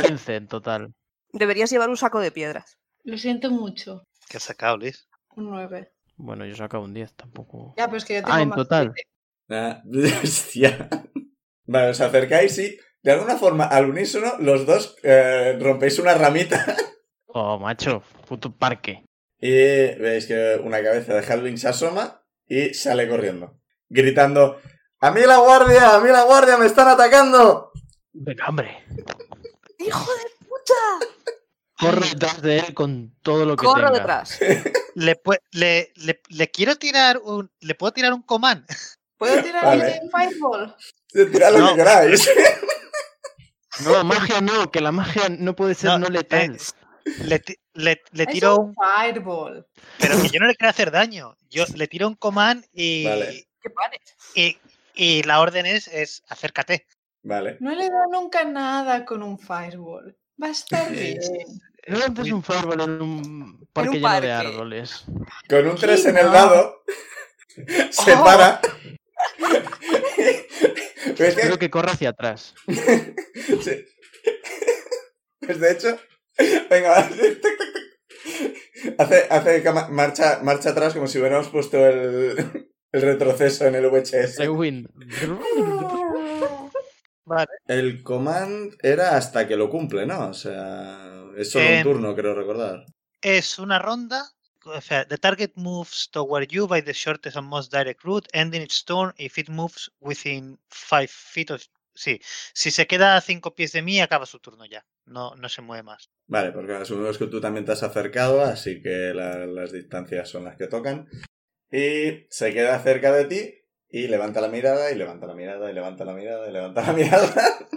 15 en total.
Deberías llevar un saco de piedras.
Lo siento mucho.
¿Qué has sacado, Liz?
Un 9.
Bueno, yo saco un 10 tampoco.
Ya, pero es que yo tengo
Ah, en
más
total.
siete.
Ah, hostia. Vale, os acercáis y de alguna forma al unísono los dos eh, rompéis una ramita
Oh, macho, puto parque.
Y veis que una cabeza de Halvin se asoma y sale corriendo, gritando: ¡A mí la guardia! ¡A mí la guardia! ¡Me están atacando!
Venga, hombre.
¡Hijo de puta!
Corro detrás de él con todo lo que
Corro
tenga.
detrás.
Le, pue- le, le- le quiero tirar un. ¿Le puedo tirar un comán?
¿Puedo tirar
Vale.
el Fireball?
Tirad lo
No.
que queráis.
No, magia no, que la magia no puede ser
No,
no, letal.
eh, Le, ti- le- le
Es
tiro
un
un.
Fireball.
Pero que yo no le quiero hacer daño. Yo le tiro un comán y.
Vale.
¡Que pare!
Y, y la orden es, es acércate.
Vale.
No le da nunca nada con un Fireball. Va a estar bien.
No antes un fireball en un parque lleno
parque.
de árboles.
Con un 3 en
no.
el dado, se
Oh.
para. ¿Ves que
Creo que corre hacia atrás.
Sí. Pues de hecho, venga, va, tic, tic, tic. hace, hace cama- marcha, marcha atrás como si hubiéramos puesto el, el retroceso en el VHS.
Rewind.
El command era hasta que lo cumple, ¿no? O sea, es solo un
Eh,
turno, creo recordar.
Es una ronda. O sea, the target moves toward you by the shortest and most direct route, ending its turn if it moves within 5 feet of. Sí, si se queda a 5 pies de mí, acaba su turno ya. No, no se mueve más.
Vale, porque asumimos que tú también te has acercado, así que la- las distancias son las que tocan. Y se queda cerca de ti y levanta la mirada, y levanta la mirada, y levanta la mirada, y levanta la mirada.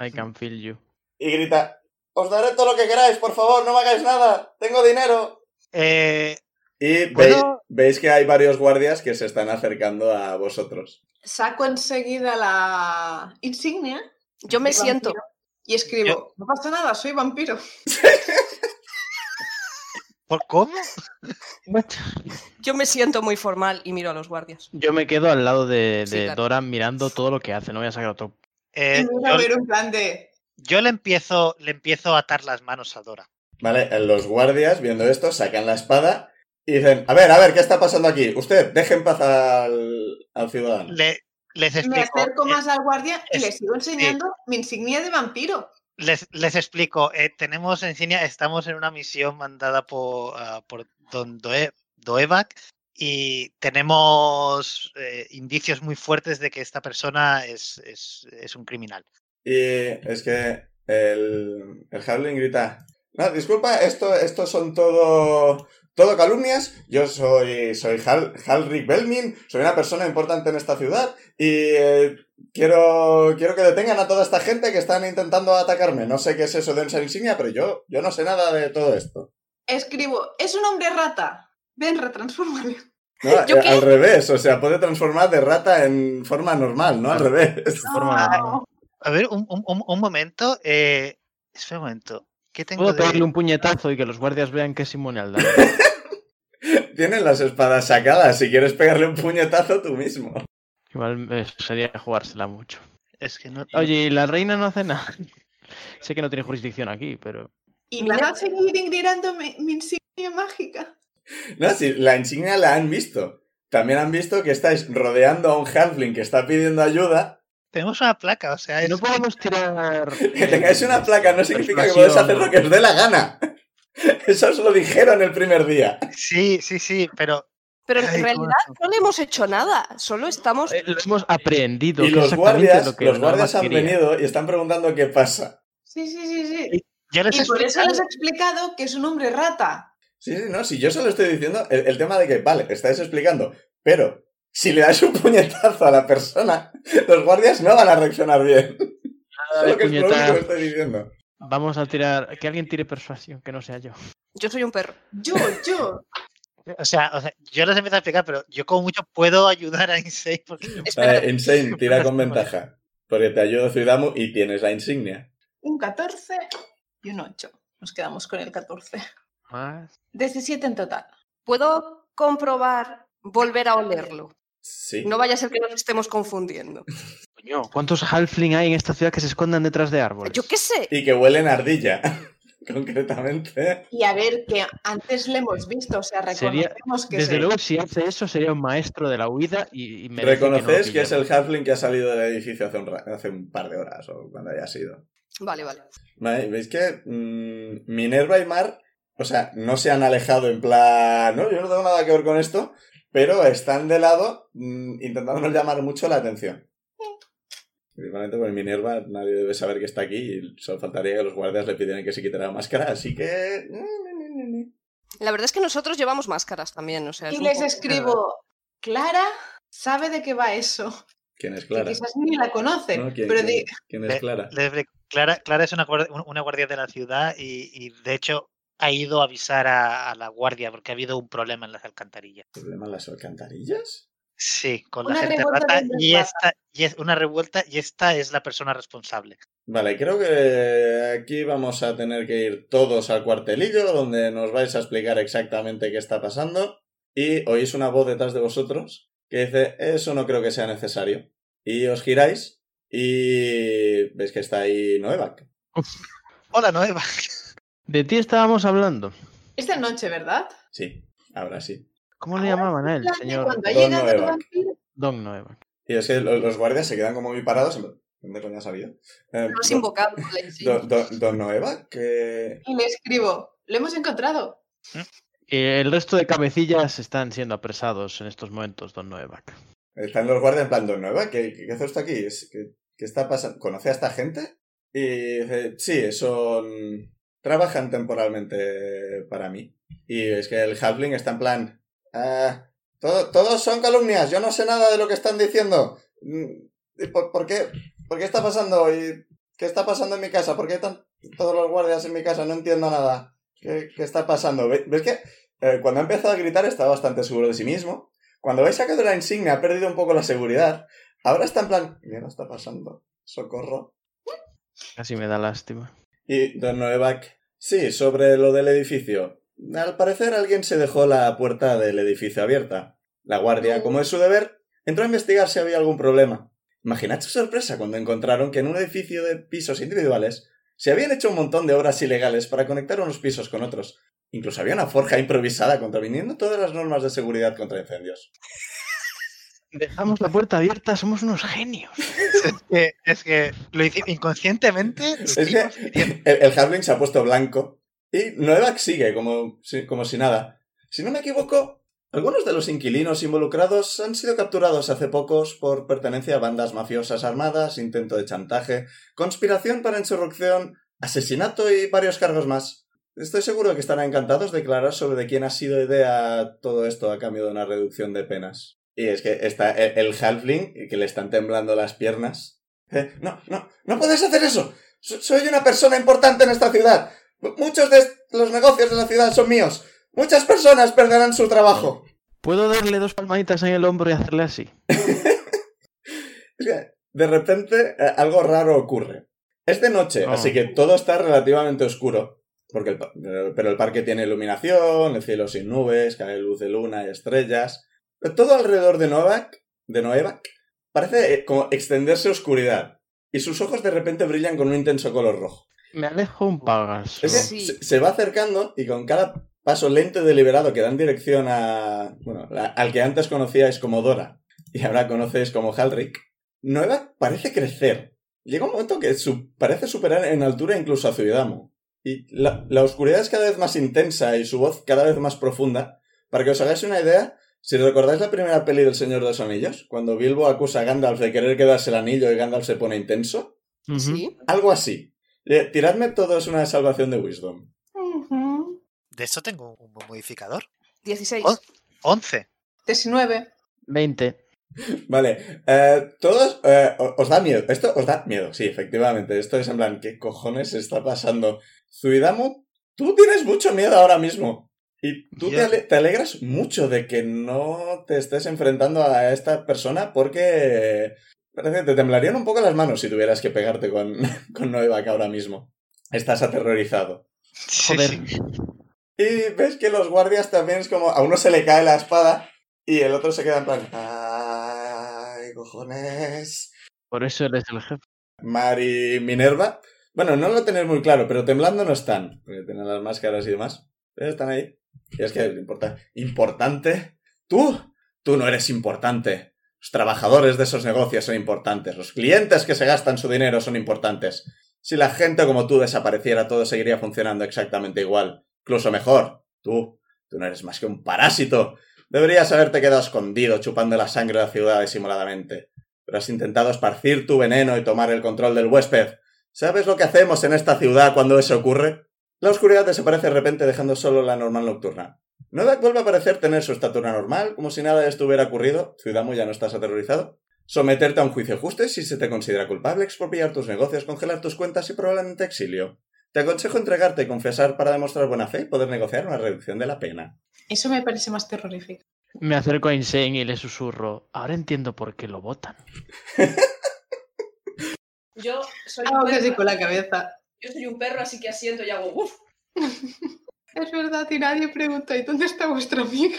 I can feel you.
y grita: Os daré todo lo que queráis, por favor, no me hagáis nada, tengo dinero.
Eh,
Y veis,
¿Puedo?
veis que hay varios guardias que se están acercando a vosotros.
Saco enseguida la insignia
Yo me
Vampiro.
siento.
y escribo: No pasa nada, soy vampiro.
¿por cómo?
Yo me siento muy formal y miro a los guardias.
Yo me quedo al lado de,
Sí,
de
claro.
Dora mirando todo lo que hace. No voy a sacar otro.
Eh,
Y me voy a
yo,
ver un plan de.
yo le empiezo, le empiezo a atar las manos a Dora.
Vale, los guardias, viendo esto, sacan la espada y dicen, a ver, a ver, ¿qué está pasando aquí? Usted, deje en paz al, al ciudadano.
Le- les
Me
explico.
acerco
eh,
más al guardia y
es-
le sigo enseñando mi insignia de vampiro.
Les, les explico, eh, tenemos enseña, estamos en una misión mandada por, ah, por Don Doe- Doevac y tenemos eh, indicios muy fuertes de que esta persona es, es- es un criminal.
Y es que el, el Harling grita, no, disculpa, esto, esto son todo, todo calumnias, yo soy, soy Hal, Halric Belmin, soy una persona importante en esta ciudad y eh, quiero, quiero que detengan a toda esta gente que están intentando atacarme. No sé qué es eso de esa insignia, pero yo, yo no sé nada de todo esto.
Escribo, es un hombre rata. Ven, retransfórmale.
No,
¿Yo
eh,
qué?
al revés, o sea, puede transformar de rata en forma normal, ¿no? Al revés.
Su forma de-
No.
A ver, un, un- un- un momento. eh, espera un momento. ¿Qué tengo
Puedo
de-
pegarle un puñetazo y que los guardias vean que es inmune al daño.
Tienen las espadas sacadas, si quieres pegarle un puñetazo tú mismo.
Igual eh, sería jugársela mucho.
Es que no...
Oye, ¿y la reina no hace nada? sé que no tiene jurisdicción aquí, pero...
Y me va a seguir ingridando mi, mi insignia mágica.
No, sí, la insignia la han visto. También han visto que estáis rodeando a un halfling que está pidiendo ayuda.
Tenemos una placa, o sea, es-
No podemos tirar... eh,
Que tengáis una placa no significa que podéis hacer lo que os dé la gana. Eso os lo dijeron el primer día.
sí, sí, sí, pero
Pero en
Ay, cómo
realidad no le hemos hecho nada, solo estamos...
Eh, Lo hemos aprehendido.
Y
que
los
exactamente
guardias,
lo que
los guardias
Norma
han
quería.
venido y están preguntando qué pasa.
Sí, sí, sí, sí.
ya les
Y por eso
explicado.
les he explicado que es un hombre rata.
Sí, sí, no, si yo solo estoy diciendo el, el tema de que, vale, estáis explicando, pero si le das un puñetazo a la persona, los guardias no van a reaccionar bien.
Nada de
Lo que es lo único
puñetar.
que estoy diciendo.
Vamos a tirar... Que alguien tire persuasión, que no sea yo.
Yo soy un perro.
Yo, yo.
O sea, o sea, yo les empiezo a explicar, pero yo como mucho puedo ayudar a Insei porque
Espera,
Vale, Insane, Eh, tira con ventaja. Porque te ayuda Zuidamu y tienes la insignia.
Un 14 y un 8. Nos quedamos con el 14.
Más...
17 en total.
¿puedo comprobar volver a olerlo?
Sí.
No vaya a ser que nos estemos confundiendo.
Coño, ¿cuántos halfling hay en esta ciudad que se escondan detrás de árboles?
Yo qué sé.
Y que huelen a ardilla, concretamente.
Y a ver, que antes le hemos visto, o sea,
Sería-
reconocemos que
Desde
se-
luego, si hace eso, sería un maestro de la huida y, y merece que no lo
Reconoces que es
pillemos.
el halfling que ha salido del edificio hace un, ra- hace un par de horas o cuando haya sido.
Vale, vale.
Vale, ¿Veis que mm, Minerva y Mar, o sea, no se han alejado en plan, no, yo no tengo nada que ver con esto, pero están de lado mm, intentando no llamar mucho la atención. Principalmente porque Minerva nadie debe saber que está aquí y solo faltaría que los guardias le pidieran que se quitara la máscara, así que... mm,
La verdad es que nosotros llevamos máscaras también, o sea... es
Y
un
les
poco-
escribo, Clara sabe de qué va eso.
¿Quién es
que
Clara?
quizás ni la conoce,
¿No? ¿Quién,
pero
quién-
di-
quién es Clara?
les explico. Clara, Clara es una, guardia- un- una guardia de la ciudad y, y, de hecho ha ido a avisar a, a la guardia porque ha habido un problema en las alcantarillas.
¿Problema en las alcantarillas?
Sí, con la
Una
gente
revuelta
rata
de hombres
y
rata.
esta, y es una revuelta y esta es la persona responsable.
Vale, creo que aquí vamos a tener que ir todos al cuartelillo, donde nos vais a explicar exactamente qué está pasando. Y oís una voz detrás de vosotros que dice, eso no creo que sea necesario. Y os giráis y veis que está ahí Noevac.
Hola, Noeva.
De ti estábamos hablando.
es de noche, ¿verdad?
Sí, ahora sí.
¿Cómo le llamaban a él,
Plan de
señor
Cuando ha
Don
llegado el
Novak.
vampiro,
Don Noeva?
Y es que lo- los guardias se quedan como muy parados. en plan, ¿Dónde coño ha salido? Eh,
Los
don-
invocables. sí.
don, don- don Noevac, que...
y le escribo, lo hemos encontrado.
Y Eh, el resto de cabecillas están siendo apresados en estos momentos, Don Noevac.
Están los guardias en plan, Don Nueva, ¿qué, qué, qué hace usted aquí? ¿Es- ¿Qué, qué está pasando? ¿Conoce a esta gente? Y dice, sí, son... Trabajan temporalmente para mí. Y es que el Halfling está en plan... "Ah, todo- todos son calumnias, yo no sé nada de lo que están diciendo. Mm, ¿y ¿Por, por qué? ¿Por qué está pasando? ¿Y ¿Qué está pasando en mi casa? ¿Por qué están todos los guardias en mi casa? No entiendo nada. ¿Qué, qué está pasando? Ve- ¿Ves que eh, cuando ha empezado a gritar está bastante seguro de sí mismo? Cuando habéis sacado la insignia, ha perdido un poco la seguridad. Ahora está en plan, ¿qué no está pasando? Socorro.
Casi me da lástima.
Y Don Noevac, sí, sobre lo del edificio. Al parecer alguien se dejó la puerta del edificio abierta. La guardia, como es su deber, entró a investigar si había algún problema. Imaginad su sorpresa cuando encontraron que en un edificio de pisos individuales Se habían hecho un montón de obras ilegales para conectar unos pisos con otros. Incluso había una forja improvisada contraviniendo todas las normas de seguridad contra incendios.
Dejamos la puerta abierta, somos unos genios.
Es que, es que lo hice inconscientemente. lo
Es que
hicimos.
el, el halfling se ha puesto blanco y Noevac sigue como si, como si nada. Si no me equivoco, algunos de los inquilinos involucrados han sido capturados hace pocos por pertenencia a bandas mafiosas armadas, intento de chantaje, conspiración para insurrección, asesinato y varios cargos más. Estoy seguro de que estarán encantados de declarar sobre de quién ha sido idea todo esto a cambio de una reducción de penas. Y es que está el, el halfling, que le están temblando las piernas. Eh, no, no, no puedes hacer eso. So- Soy una persona importante en esta ciudad. M- Muchos de est- los negocios de la ciudad son míos. Muchas personas perderán su trabajo.
¿Puedo darle dos palmaditas en el hombro y hacerle así?
Es que, de repente, eh, algo raro ocurre. Es de noche,
Oh.
así que todo está relativamente oscuro. Porque el pa- eh, pero el parque tiene iluminación, el cielo sin nubes, cae luz de luna y estrellas. Pero Todo alrededor de Novak, de Noevac, parece eh, como extenderse oscuridad. Y sus ojos de repente brillan con un intenso color rojo.
Me alejo un pagas.
Es que
Sí.
se, se va acercando y con cada paso lento y deliberado que dan dirección a. Bueno, la- al que antes conocíais como Dora y ahora conocéis como Halric, Nueva parece crecer. Llega un momento que su- parece superar en altura incluso a Zuidamo. Y la, la oscuridad es cada vez más intensa y su voz cada vez más profunda. Para que os hagáis una idea, si recordáis la primera peli del Señor de los Anillos, cuando Bilbo acusa a Gandalf de querer quedarse el anillo y Gandalf se pone intenso,
Ujú.
Sí.
algo así. Eh, tiradme todos una salvación de Wisdom.
Ujú.
De eso tengo un buen modificador.
16.
Oh. 11.
19.
20.
Vale, eh, todos eh, o- os da miedo. Esto os da miedo, sí, efectivamente. Esto es en plan, ¿qué cojones está pasando? Zuidamo, tú tienes mucho miedo ahora mismo. Y tú te,
Ya.
ale- te alegras mucho de que no te estés enfrentando a esta persona porque parece que te temblarían un poco las manos si tuvieras que pegarte con, con Noevac ahora mismo. Estás aterrorizado.
Sí,
Joder.
sí.
Y ves que los guardias también es como a uno se le cae la espada y el otro se queda en plan. ¡Ay, cojones!
Por eso eres el jefe.
Mari Minerva. Bueno, no lo tenéis muy claro, pero temblando no están. Porque tienen las máscaras y demás. Pero están ahí. Y es que lo importa. ¿Importante? ¿Tú? Tú no eres importante. Los trabajadores de esos negocios son importantes. Los clientes que se gastan su dinero son importantes. Si la gente como tú desapareciera, todo seguiría funcionando exactamente igual. Incluso mejor. Tú. Tú no eres más que un parásito. Deberías haberte quedado escondido chupando la sangre de la ciudad disimuladamente pero has intentado esparcir tu veneno y tomar el control del huésped. ¿Sabes lo que hacemos en esta ciudad cuando eso ocurre? La oscuridad desaparece de repente dejando solo la normal nocturna. Novak vuelve a parecer tener su estatura normal, como si nada estuviera ocurrido. Ciudadamo, ya no estás aterrorizado. Someterte a un juicio justo y si se te considera culpable, expropiar tus negocios, congelar tus cuentas y probablemente exilio. Te aconsejo entregarte y confesar para demostrar buena fe y poder negociar una reducción de la pena.
Eso me parece más terrorífico.
Me acerco a Insane y le susurro. Ahora entiendo por qué lo votan.
Yo soy,
Hago que Ah, sí con la cabeza.
Yo soy un perro, así que asiento y hago uff.
Es verdad, y nadie pregunta, ¿y dónde está vuestra amiga?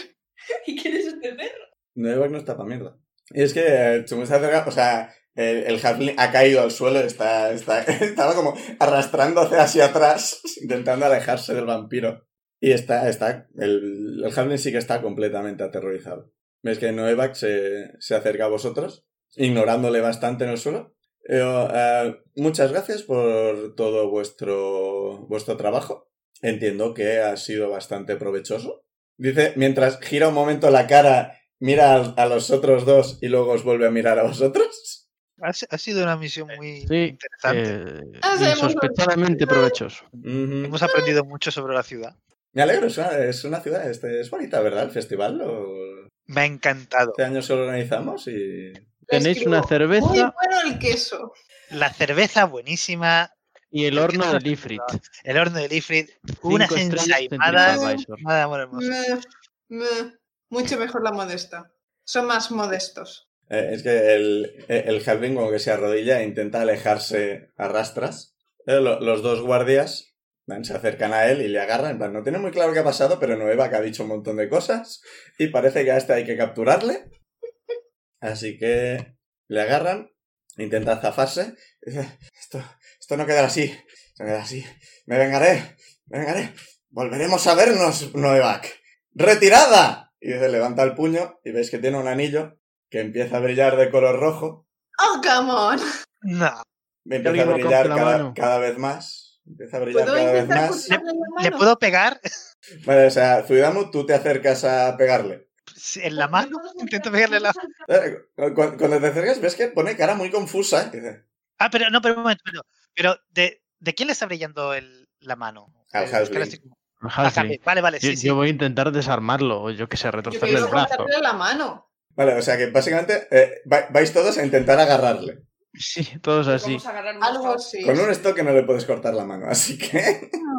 ¿Y quién es este perro?
Nueva no está para mierda. Y es que eh, Chumel está cerca, o sea, el, el halfling ha caído al suelo, está, está, estaba como arrastrándose hacia atrás, intentando alejarse del vampiro. Y está, está, el, el halfling sí que está completamente aterrorizado. Ves que Noevac se, se acerca a vosotros, ignorándole bastante en el suelo. Eh, oh, eh, muchas gracias por todo vuestro, vuestro trabajo. Entiendo que ha sido bastante provechoso. Dice, mientras gira un momento la cara mira a, a los otros dos y luego os vuelve a mirar a vosotros.
Ha, si- ha sido una misión muy
Sí,
interesante.
Eh,
Hacemos un-
insospechadamente provechoso.
Ujú.
Hemos aprendido mucho sobre la ciudad.
Pues, Me alegro, es una, es una ciudad, este, es bonita, ¿verdad? El festival lo-
Me ha encantado.
este año se lo organizamos y...
Le
Tenéis
escribo,
una
Muy
cerveza
bueno el queso.
La cerveza buenísima,
y el horno de Ifrit.
el horno de Ifrit, unas
Cinco estrellas en
ensaimadas.
TripAdvisor.
Nada de amor hermoso.
Meh, meh. Mucho mejor la modesta. Son más modestos.
Eh, es que el, eh, el halfling como que se arrodilla e intenta alejarse a rastras. Eh, lo- los dos guardias van, se acercan a él y le agarran. En plan, no tiene muy claro qué ha pasado, pero Nueva que ha dicho un montón de cosas. Y parece que a este hay que capturarle. Así que le agarran. Intenta zafarse. Dice, Esto, esto no quedará así. Esto no quedará así. Me vengaré. Me vengaré. Volveremos a vernos, Noevac. ¡Retirada! Y dice, levanta el puño y veis que tiene un anillo que empieza a brillar de color rojo.
¡Oh, come on!
No.
Empieza a
Alguien lo
brillar
coge la
cada,
mano.
cada vez más. Empieza a brillar
¿Puedo
cada vez
intentar
más.
cruzarle la
¿Le
mano?
puedo pegar
Vale, o sea, Zuidamu, tú te acercas a pegarle.
en la mano? Intento pegarle la.
Eh, cu- cu- Cuando te acercas ves que pone cara muy confusa. ¿eh? Dice,
Ah, pero no, pero un momento. Pero, pero ¿de, ¿de quién le está brillando el, la mano?
Al
Es que ahora
Halfling.
estoy como-
Ajá,
al
sí.
Halfling. Vale, vale,
Yo,
sí, sí.
yo voy a intentar desarmarlo, o yo que sé,
Yo
retorcerle
quiero
el brazo.
cortarle la mano.
Vale, o sea que básicamente eh, va- vais todos a intentar agarrarle.
Sí, todos Pues así.
Vamos a agarrar un
Algo
mojado.
así.
Con un estoque no le puedes cortar la mano, así que...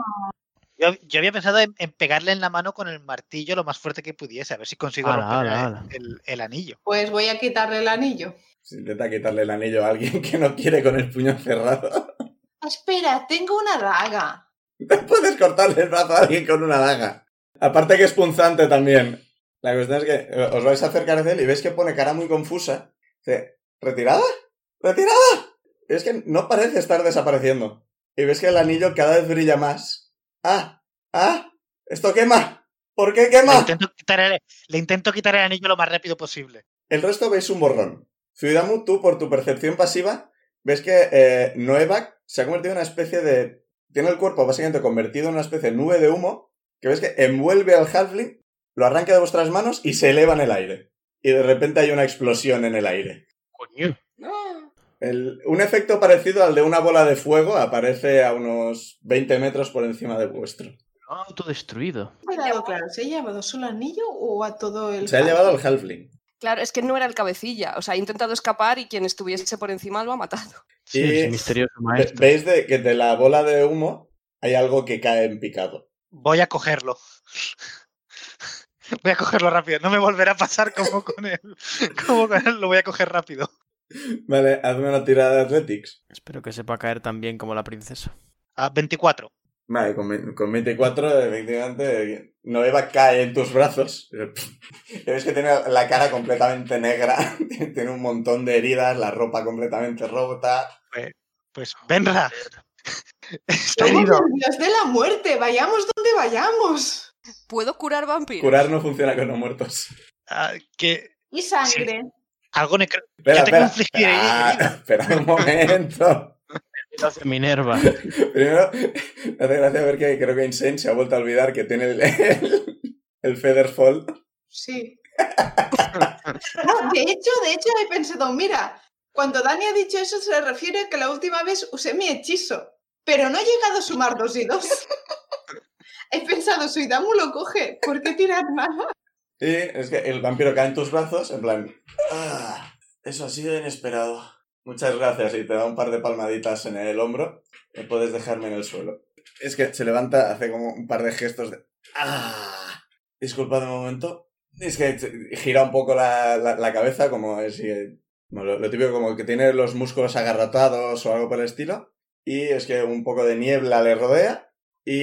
Yo, yo había pensado en, en pegarle en la mano con el martillo lo más fuerte que pudiese, a ver si consigo
Ala, ala,
romper el-
ala.
El, el anillo.
Pues voy a quitarle el anillo.
Se Intenta quitarle el anillo a alguien que no quiere con el puño cerrado.
Ah, Espera, tengo una daga.
No puedes cortarle el brazo a alguien con una daga. Aparte que es punzante también. La cuestión es que eh, os vais a acercar a él y veis que pone cara muy confusa. Dice, ¿retirada? ¿Retirada? Y es que no parece estar desapareciendo. Y ves que el anillo cada vez brilla más. ¡Ah! ¡Ah! ¡Esto quema! ¿Por qué
Le
quema?
intento, quitar el, le intento quitar el anillo lo más rápido posible.
El resto veis un borrón. Zuidamu, tú, por tu percepción pasiva, ves que eh, Noevac se ha convertido en una especie de... Tiene el cuerpo básicamente convertido en una especie de nube de humo que ves que envuelve al Halfling, lo arranca de vuestras manos y se eleva en el aire. Y de repente hay una explosión en el aire.
Coño.
No.
El- un efecto parecido al de una bola de fuego aparece a unos 20 metros por encima de vuestro.
lo ha Autodestruido.
No me ha quedado claro, ¿se ha llevado solo anillo o a todo el.?
Se ha llevado al Halfling.
Claro, es que no era el cabecilla. O sea, ha intentado escapar y quien estuviese por encima lo ha matado.
Sí,
Y-
ese misterioso
Ve-
maestro.
Veis de- que de la bola de humo hay algo que cae en picado.
Voy a cogerlo. Voy a cogerlo rápido. No me volverá a pasar como con él. Como con él, lo voy a coger rápido.
Vale, hazme una tirada de Athletics.
Espero que sepa caer tan bien como la princesa.
A 24.
Vale, con, ve- con 24, efectivamente, Noeva cae en tus brazos. Y ves que tiene la cara completamente negra, tiene un montón de heridas, la ropa completamente rota.
Pues Este, Benra. Está
Somos
herido.
el dios de la muerte, vayamos donde vayamos.
¿Puedo curar vampiros?
Curar no funciona con no muertos.
Ah, que
Y sangre.
algo necro.
Espera,
Yo tengo
espera.
un frigir ahí.
Ah, espera un momento.
Minerva.
Primero, me hace gracia ver que creo que Insane se ha vuelto a olvidar que tiene el, el, el Feather Fall.
Sí. No, de hecho, de hecho he pensado, mira, cuando Dani ha dicho eso se refiere a que la última vez usé mi hechizo, pero no he llegado a sumar dos y dos. He pensado, Suidamu lo coge, ¿por qué tirar nada?
Y es que el vampiro cae en tus brazos, en plan. "Ah, eso ha sido inesperado. Muchas gracias. Y te da un par de palmaditas en el hombro. Y puedes dejarme en el suelo. Es que se levanta, hace como un par de gestos de. "Ah". Disculpad un momento. Es que se- gira un poco la, la- la cabeza, como es. y- como lo, lo típico, como que tiene los músculos agarratados o algo por el estilo. Y es que un poco de niebla le rodea.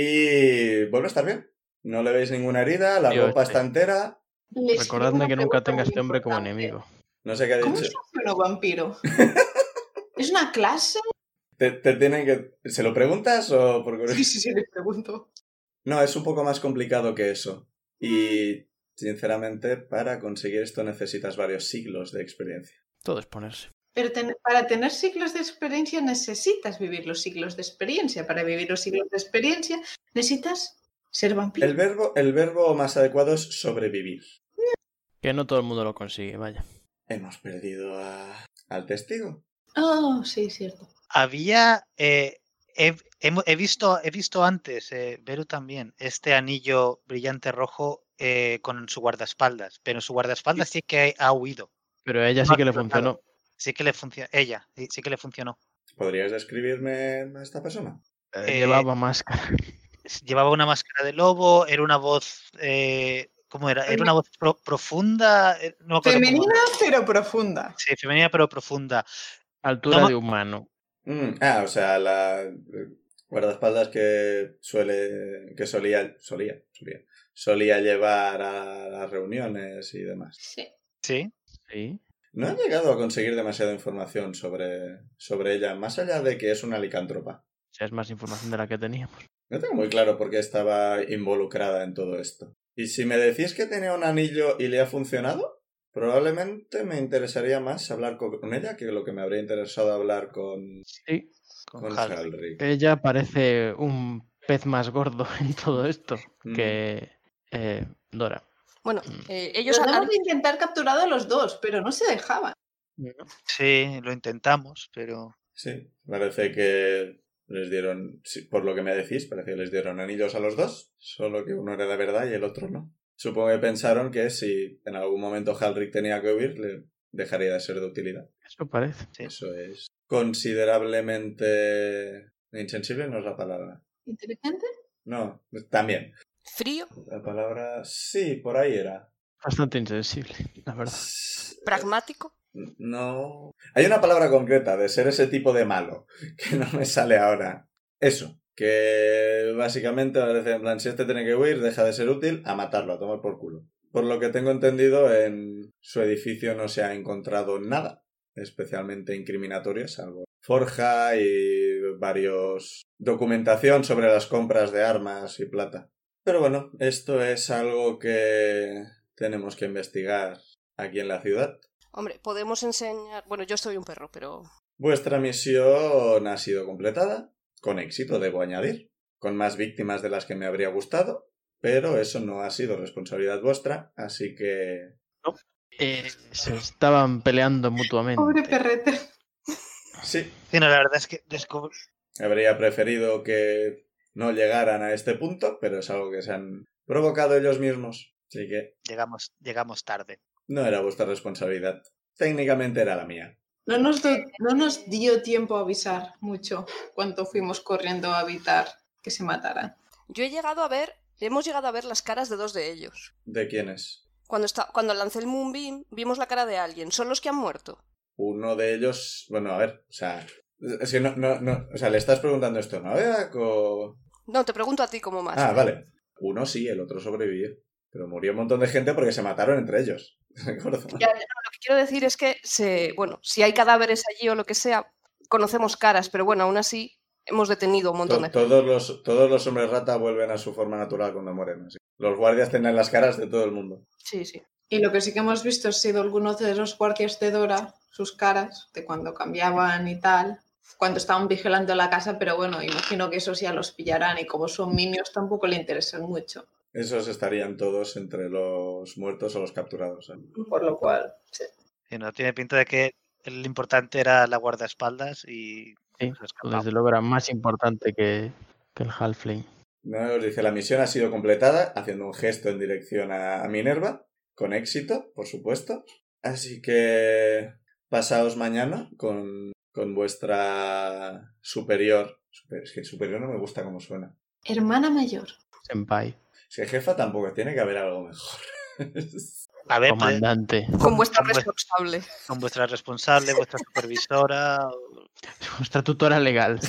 Y vuelve a estar bien. No le veis ninguna herida, la
Dios,
ropa
sí.
está entera.
Les
Recordadme
hago
que
una
nunca
pregunta
tenga a
muy
este hombre como
importante.
enemigo.
No sé qué ha
¿Cómo
dicho.
se hace un vampiro? ¿Es una clase?
Te, te tienen que... ¿Se lo preguntas o por curiosidad?
Sí, sí, sí, le pregunto.
No, es un poco más complicado que eso. Y, sinceramente, para conseguir esto necesitas varios siglos de experiencia.
Todo es ponerse.
Pero ten- para tener siglos de experiencia necesitas vivir los siglos de experiencia. Para vivir los siglos de experiencia necesitas ser vampiro.
El verbo, el verbo más adecuado es sobrevivir.
Que no todo el mundo lo consigue, vaya.
Hemos perdido a- al testigo.
Oh, sí, cierto.
Había. eh, he, hemo- he visto, he visto antes, eh, Beru también, este anillo brillante rojo eh, con su guardaespaldas. Pero su guardaespaldas sí que ha huido.
Pero a ella
No
sí
ha
que le
explotado.
funcionó.
Sí que le funcionó. Ella, sí, sí que le funcionó.
¿Podrías describirme a esta persona?
Eh,
Eh,
Llevaba máscara.
Llevaba una máscara de lobo, era una voz. eh, ¿Cómo era? Era una voz pro- profunda. eh, No me acuerdo cómo era.
Femenina, pero profunda.
Sí, femenina pero profunda.
Altura
no-
de humano.
Mm, ah, o sea, la eh, guardaespaldas que suele... que solía... solía... solía, solía llevar a las reuniones y demás.
Sí.
Sí.
Sí.
No he llegado a conseguir demasiada información sobre, sobre ella, más allá de que es una licántropa.
O sea, es más información de la que teníamos.
No tengo muy claro por qué estaba involucrada en todo esto. Y si me decís que tenía un anillo y le ha funcionado, probablemente me interesaría más hablar con ella que lo que me habría interesado hablar con,
Sí.
con,
Hal.
Halric.
Ella parece un pez más gordo en todo esto
Mm.
que eh, Dora.
Bueno,
Mm.
eh, ellos han-
Tratamos de intentar capturar a los dos, pero no se dejaban.
Sí, lo intentamos, pero
Sí, parece que les dieron, sí, por lo que me decís, parece que les dieron anillos a los dos, solo que uno era de verdad y el otro no. Supongo que pensaron que si en algún momento Halric tenía que huir, le dejaría de ser de utilidad.
Eso parece.
Sí.
Eso es considerablemente insensible, no es la palabra.
¿Inteligente?
No, también.
frío,
La palabra sí, por ahí era.
Bastante insensible, la verdad.
pragmático.
No. Hay una palabra concreta de ser ese tipo de malo que no me sale ahora. Eso. Que básicamente parece en plan, si este tiene que huir, deja de ser útil, a matarlo, a tomar por culo. Por lo que tengo entendido, en su edificio no se ha encontrado nada especialmente incriminatorio, salvo forja y varios documentación sobre las compras de armas y plata. Pero bueno, esto es algo que tenemos que investigar aquí en la ciudad.
Hombre, podemos enseñar. Bueno, yo soy un perro, pero.
Vuestra misión ha sido completada, con éxito debo añadir, con más víctimas de las que me habría gustado, pero eso no ha sido responsabilidad vuestra, así que...
Eh, se estaban peleando mutuamente.
Pobre perrete.
Sí,
sí, no, la verdad es que descub-
habría preferido que no llegaran a este punto, pero es algo que se han provocado ellos mismos, así que
llegamos, llegamos tarde.
no era vuestra responsabilidad, técnicamente era la mía.
No nos, do- no nos dio tiempo a avisar mucho cuánto fuimos corriendo a evitar que se mataran.
Yo he llegado a ver. Hemos llegado a ver las caras de dos de ellos.
¿De quién es?
Cuando, está... Cuando lancé el Moonbeam, vimos la cara de alguien. Son los que han muerto.
Uno de ellos... Bueno, a ver, o sea... Es que no, no, no, o sea, le estás preguntando esto, ¿no? Beak, o...?
No, te pregunto a ti como más.
Ah, vale. Uno sí, el otro sobrevivió. Pero murió un montón de gente porque se mataron entre ellos. Recuerdo.
Ya, ya, no, lo que quiero decir es que, se, bueno, si hay cadáveres allí o lo que sea, conocemos caras, pero bueno, aún así hemos detenido un montón
To-
de gente.
todos, los, todos los hombres rata vuelven a su forma natural cuando mueren. así. Los guardias tienen las caras de todo el mundo.
Sí, sí.
Y lo que sí que hemos visto ha sido algunos de los guardias de Dora, sus caras, de cuando cambiaban y tal, cuando estaban vigilando la casa, pero bueno, imagino que esos ya los pillarán y como son minions tampoco le interesan mucho.
Esos estarían todos entre los muertos o los capturados. ¿eh?
Por lo cual, sí.
Y no tiene pinta de que lo importante era la guardaespaldas y
Sí,
nos escapamos.
Desde luego era más importante que, que el Halfling.
No, os dice, la misión ha sido completada haciendo un gesto en dirección a, a Minerva, con éxito, por supuesto. Así que pasaos mañana con, con vuestra superior. Super- es que superior no me gusta como suena.
Hermana mayor.
Senpai,
Si es jefa tampoco, tiene que haber algo mejor.
A ver, pues,
comandante,
Con vuestra
Hombre.
responsable.
con vuestra responsable, vuestra supervisora. o-
vuestra tutora legal.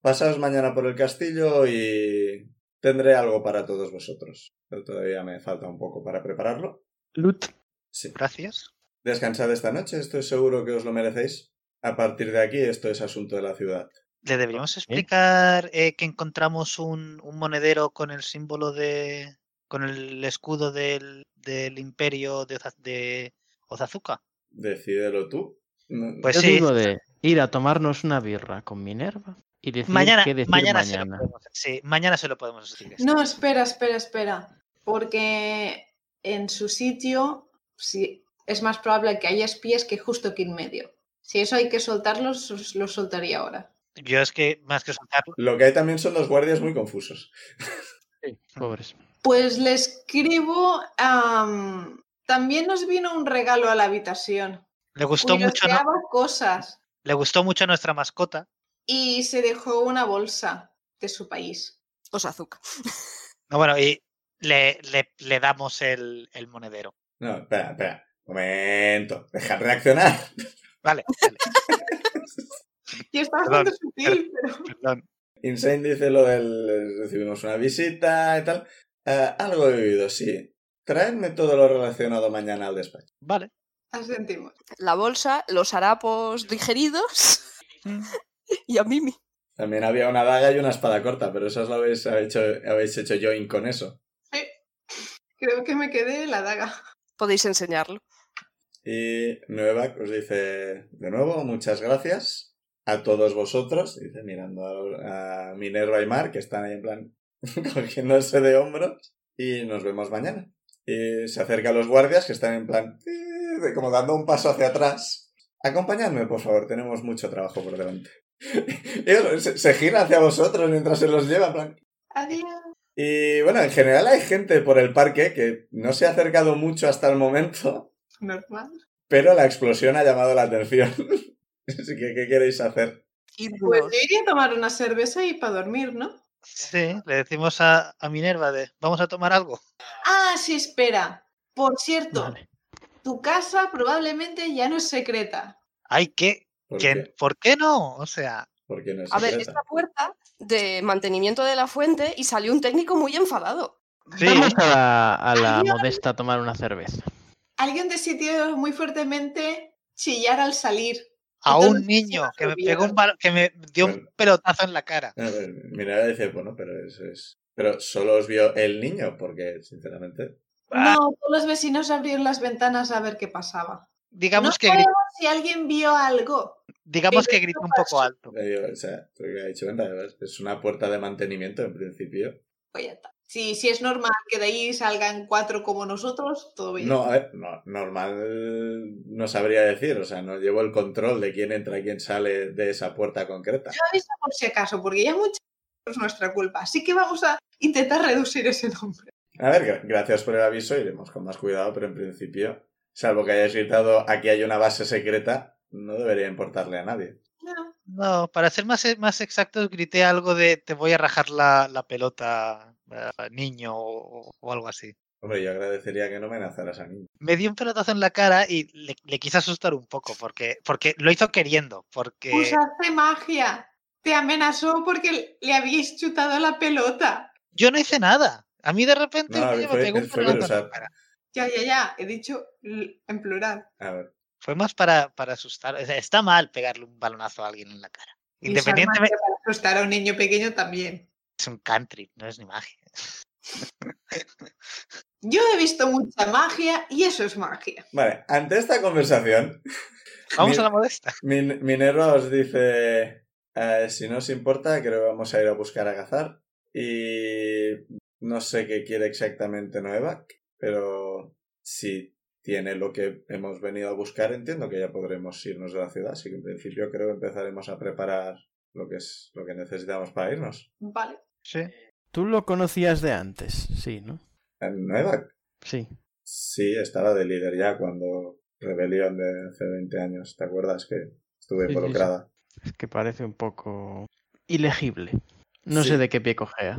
Pasaos mañana por el castillo y tendré algo para todos vosotros. Pero todavía me falta un poco para prepararlo.
Lut.
Sí.
Gracias.
Descansad esta noche, estoy seguro que os lo merecéis. A partir de aquí, esto es asunto de la ciudad.
¿Le deberíamos explicar eh, que encontramos un, un monedero con el símbolo de. con el escudo del, del imperio de, Oza- de Ozazuka?
Decídelo tú. No-
Pues
Yo
sí,
digo de ir a tomarnos una birra con Minerva y decir
mañana,
qué decir
mañana,
mañana.
Se lo podemos, sí, mañana se lo podemos decir. sí.
No, espera, espera, espera. Porque en su sitio sí, es más probable que haya espías que justo aquí en medio. Si eso hay que soltarlos, os- los soltaría ahora.
Yo es que más que soltarlo,
Lo que hay también son dos guardias muy confusos.
Pobres.
Pues le escribo. am, también nos vino un regalo a la habitación.
le gustó mucho, ¿no?
Curioseaba cosas
le gustó mucho nuestra mascota.
y se dejó una bolsa de su país.
Os azúcar.
No, bueno, y le, le- le damos el, el monedero.
No, espera, espera. Momento. Dejad reaccionar.
Vale, vale,
Y está
Perdón,
bastante sutil, pero
perdón.
Insane dice lo del eh, recibimos una visita y tal. Eh, algo he vivido, sí. Traedme todo lo relacionado mañana al despacho.
Vale.
Asentimos.
La bolsa, los harapos digeridos
Mm.
y a Mimi.
También había una daga y una espada corta, pero esas lo habéis hecho, habéis hecho join con eso.
Creo que me quedé la daga.
Podéis enseñarlo.
Y Nueva os dice de nuevo muchas gracias a todos vosotros, dice mirando a, a Minerva y Mar, que están ahí en plan cogiéndose de hombros, y nos vemos mañana. Y se acerca a los guardias que están en plan eh, de como dando un paso hacia atrás. Acompañadme, por favor, tenemos mucho trabajo por delante. Y eso, se, se gira hacia vosotros mientras se los lleva, en plan,
Adiós.
y bueno, en general hay gente por el parque que no se ha acercado mucho hasta el momento,
Normal.
pero la explosión ha llamado la atención. Así que, ¿qué queréis hacer?
Pues yo iría a tomar una cerveza y para dormir, ¿no?
Sí, le decimos a, a Minerva de, vamos a tomar algo.
Ah, sí, espera. Por cierto,
Vale.
tu casa probablemente ya no es secreta.
Hay que...
¿Por
que-
qué?
¿Por qué no? O sea,
Porque no es
A ver,
secreta.
esta puerta de mantenimiento de la fuente y salió un técnico muy enfadado.
sí,
Vamos a la, a la
Adiós.
modesta a tomar una cerveza.
Alguien decidió muy fuertemente chillar al salir.
a
Entonces,
un niño
se
que me,
olvida.
pegó un bal- que me dio un
Bueno.
pelotazo en la cara.
A ver, Mira, dice, bueno, pero eso es. Pero solo os vio el niño, porque, sinceramente.
Ah.
No, todos los vecinos abrieron las ventanas a ver qué pasaba.
Digamos,
no
que,
sabemos
gri-
si alguien vio algo.
digamos que
pero
gritó un
pasa.
poco alto.
eh, yo, o sea, lo que ha dicho, venga, es una puerta de mantenimiento, en principio.
Pues ya está. Si, si es normal que de ahí salgan cuatro como nosotros, todo bien.
No, a ver, no, normal no sabría decir, o sea, no llevo el control de quién entra y quién sale de esa puerta concreta.
Yo aviso por si acaso, porque ya mucho es nuestra culpa. Así que vamos a intentar reducir ese nombre.
A ver, gra- gracias por el aviso, iremos con más cuidado, pero en principio, salvo que hayáis gritado aquí hay una base secreta, no debería importarle a nadie.
No.
No, para ser más, e- más exactos, grité algo de te voy a rajar la, la pelota, eh, niño, o, o algo así.
Hombre, yo agradecería que no amenazaras a mí.
Me dio un pelotazo en la cara y le, le quise asustar un poco, porque, porque lo hizo queriendo, porque...
Usaste Pues magia. Te amenazó porque le habíais chutado la pelota.
Yo no hice nada. A mí de repente
No,
un
a mí
niño me
fue-
pegó un
fue
pelotazo en la
Berusat.
cara.
Ya, ya, ya. He dicho l- en plural.
A ver,
Fue más para, para asustar. o sea, está mal pegarle un balonazo a alguien en la cara.
Y usar
Independientemente,
magia Para asustar a un niño pequeño también.
es un country, no es ni magia.
Yo he visto mucha magia y eso es magia.
vale, ante esta conversación,
Vamos
Mira.
a la modesta.
Min- Minerva os dice, eh, si no os importa, creo que vamos a ir a buscar a Gazar. Y no sé qué quiere exactamente Noevac, pero si tiene lo que hemos venido a buscar, entiendo que ya podremos irnos de la ciudad. Así que en principio creo que empezaremos a preparar lo que es lo que necesitamos para irnos.
Vale.
Sí.
Tú lo conocías de antes, sí, ¿no?
Eh, Noevac,
Sí.
sí, estaba de líder ya cuando rebelión de hace 20 años, ¿te acuerdas que estuve
Sí, sí, sí.
involucrada?
Es que parece un poco ilegible. No
Sí.
sé de qué pie cojea.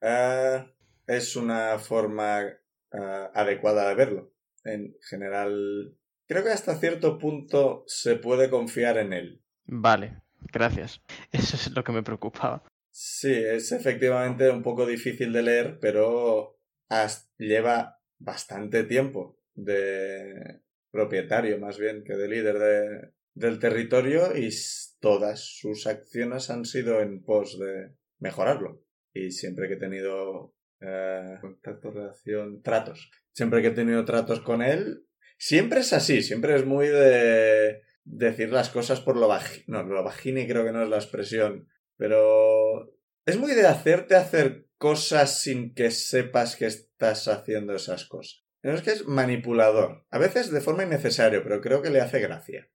Ah, es una forma ah, adecuada de verlo. En general, creo que hasta cierto punto se puede confiar en él.
Vale, gracias. Eso es lo que me preocupaba.
Sí, es efectivamente un poco difícil de leer, pero has- lleva bastante tiempo de propietario, más bien que de líder de- del territorio, y s- todas sus acciones han sido en pos de mejorarlo. Y siempre que he tenido eh, contacto, relación, tratos. Siempre que he tenido tratos con él, siempre es así, siempre es muy de decir las cosas por lo bajini. No, lo bajini creo que no es la expresión, pero es muy de hacerte hacer cosas sin que sepas que estás haciendo esas cosas. No es que es manipulador, a veces de forma innecesaria, pero creo que le hace gracia.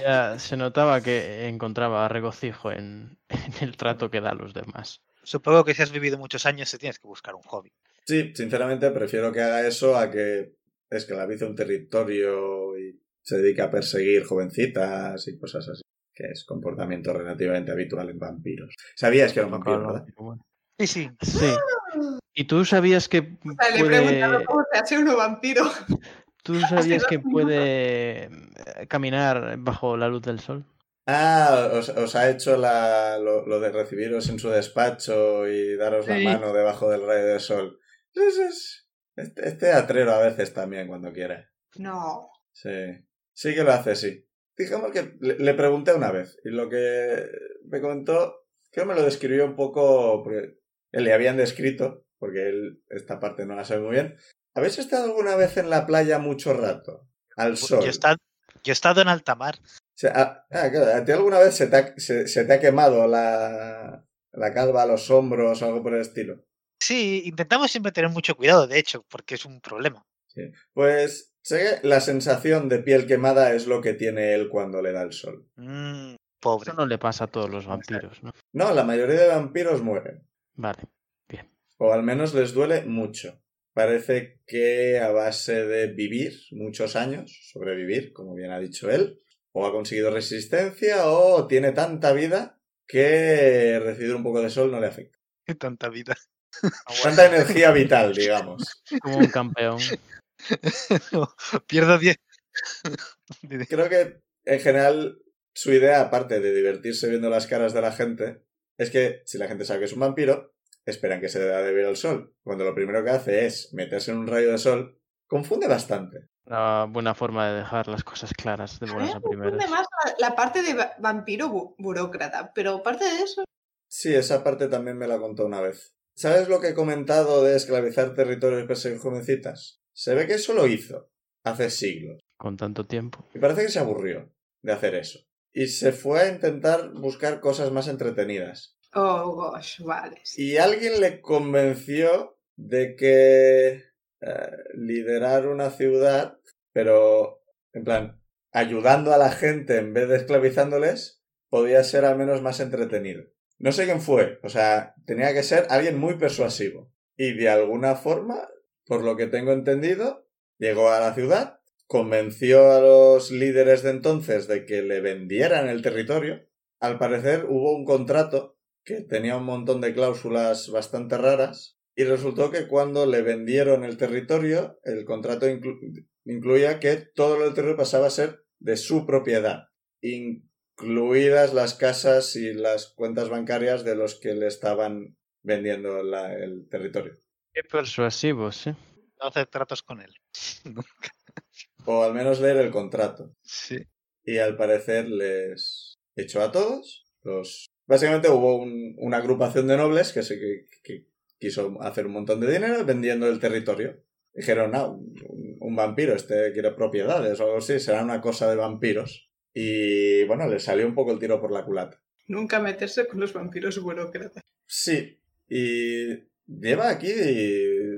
Ya se notaba que encontraba regocijo en, en el trato que da a los demás.
Supongo que si has vivido muchos años, te tienes que buscar un hobby.
Sí, sinceramente prefiero que haga eso a que esclavice un territorio y se dedique a perseguir jovencitas y cosas así, que es comportamiento relativamente habitual en vampiros. Sabías que era un vampiro,
Pablo,
¿verdad?
bueno.
Sí, sí.
Sí. ¿Y tú sabías que
O sea, le he preguntado
puede,
cómo se hace uno vampiro.
tú sabías
dos
que
minutos.
puede eh, caminar bajo la luz del sol?
Ah, os, os ha hecho la- lo, lo de recibiros en su despacho y daros la
Sí.
mano debajo del rayo de sol. Pues Es, es- Este, es teatrero a veces también cuando quiere.
No.
Sí. Sí que lo hace, sí. Digamos que le, le pregunté una vez y lo que me comentó, creo que me lo describió un poco, porque le habían descrito, porque él esta parte no la sabe muy bien. ¿Habéis estado alguna vez en la playa mucho rato? Al sol.
Yo he estado, yo he estado en alta mar.
O sea, ah, ah, claro, ¿a ti alguna vez se te ha, se- se te ha quemado la, la calva, los hombros o algo por el estilo?
Sí, intentamos siempre tener mucho cuidado, de hecho, porque es un problema.
Pues sé que la sensación de piel quemada es lo que tiene él cuando le da el sol.
Mm, pobre.
Eso no le pasa a todos los vampiros, ¿no?
No, la mayoría de vampiros mueren.
Vale.
O al menos les duele mucho. Parece que a base de vivir muchos años, sobrevivir, como bien ha dicho él, o ha conseguido resistencia o tiene tanta vida que recibir un poco de sol no le afecta.
Tanta vida.
Tanta energía vital, digamos.
Como un campeón.
Pierdo 10.
Creo que en general su idea, aparte de divertirse viendo las caras de la gente, es que si la gente sabe que es un vampiro, esperan que se dé de ver al sol. Cuando lo primero que hace es meterse en un rayo de sol, confunde bastante.
Una buena forma de dejar las cosas claras de
A mí
buenas
me
a
confunde
primeras.
más la, la parte de va- vampiro bu- burócrata, pero aparte de eso,
Sí, esa parte también me la contó una vez. ¿Sabes lo que he comentado de esclavizar territorios y perseguir jovencitas? Se ve que eso lo hizo hace siglos.
Con tanto tiempo.
Y parece que se aburrió de hacer eso. Y se fue a intentar buscar cosas más entretenidas.
oh gosh, vale. sí.
Y alguien le convenció de que eh, liderar una ciudad, pero en plan, ayudando a la gente en vez de esclavizándoles, podía ser al menos más entretenido. No sé quién fue, o sea, tenía que ser alguien muy persuasivo. Y de alguna forma, por lo que tengo entendido, llegó a la ciudad, convenció a los líderes de entonces de que le vendieran el territorio. Al parecer hubo un contrato que tenía un montón de cláusulas bastante raras y resultó que cuando le vendieron el territorio, el contrato inclu- incluía que todo el territorio pasaba a ser de su propiedad, incluidas las casas y las cuentas bancarias de los que le estaban vendiendo la- el territorio.
Qué persuasivos, sí.
No hacer tratos con él.
O al menos leer el contrato.
Sí.
y al parecer les echó a todos. Los... Básicamente hubo un- una agrupación de nobles que, se, que, que quiso hacer un montón de dinero vendiendo el territorio. Dijeron, ah, un, un vampiro, este quiere propiedades o algo así, será una cosa de vampiros. Y bueno, le salió un poco el tiro por la culata.
Nunca meterse con los vampiros burócratas.
Sí, y lleva aquí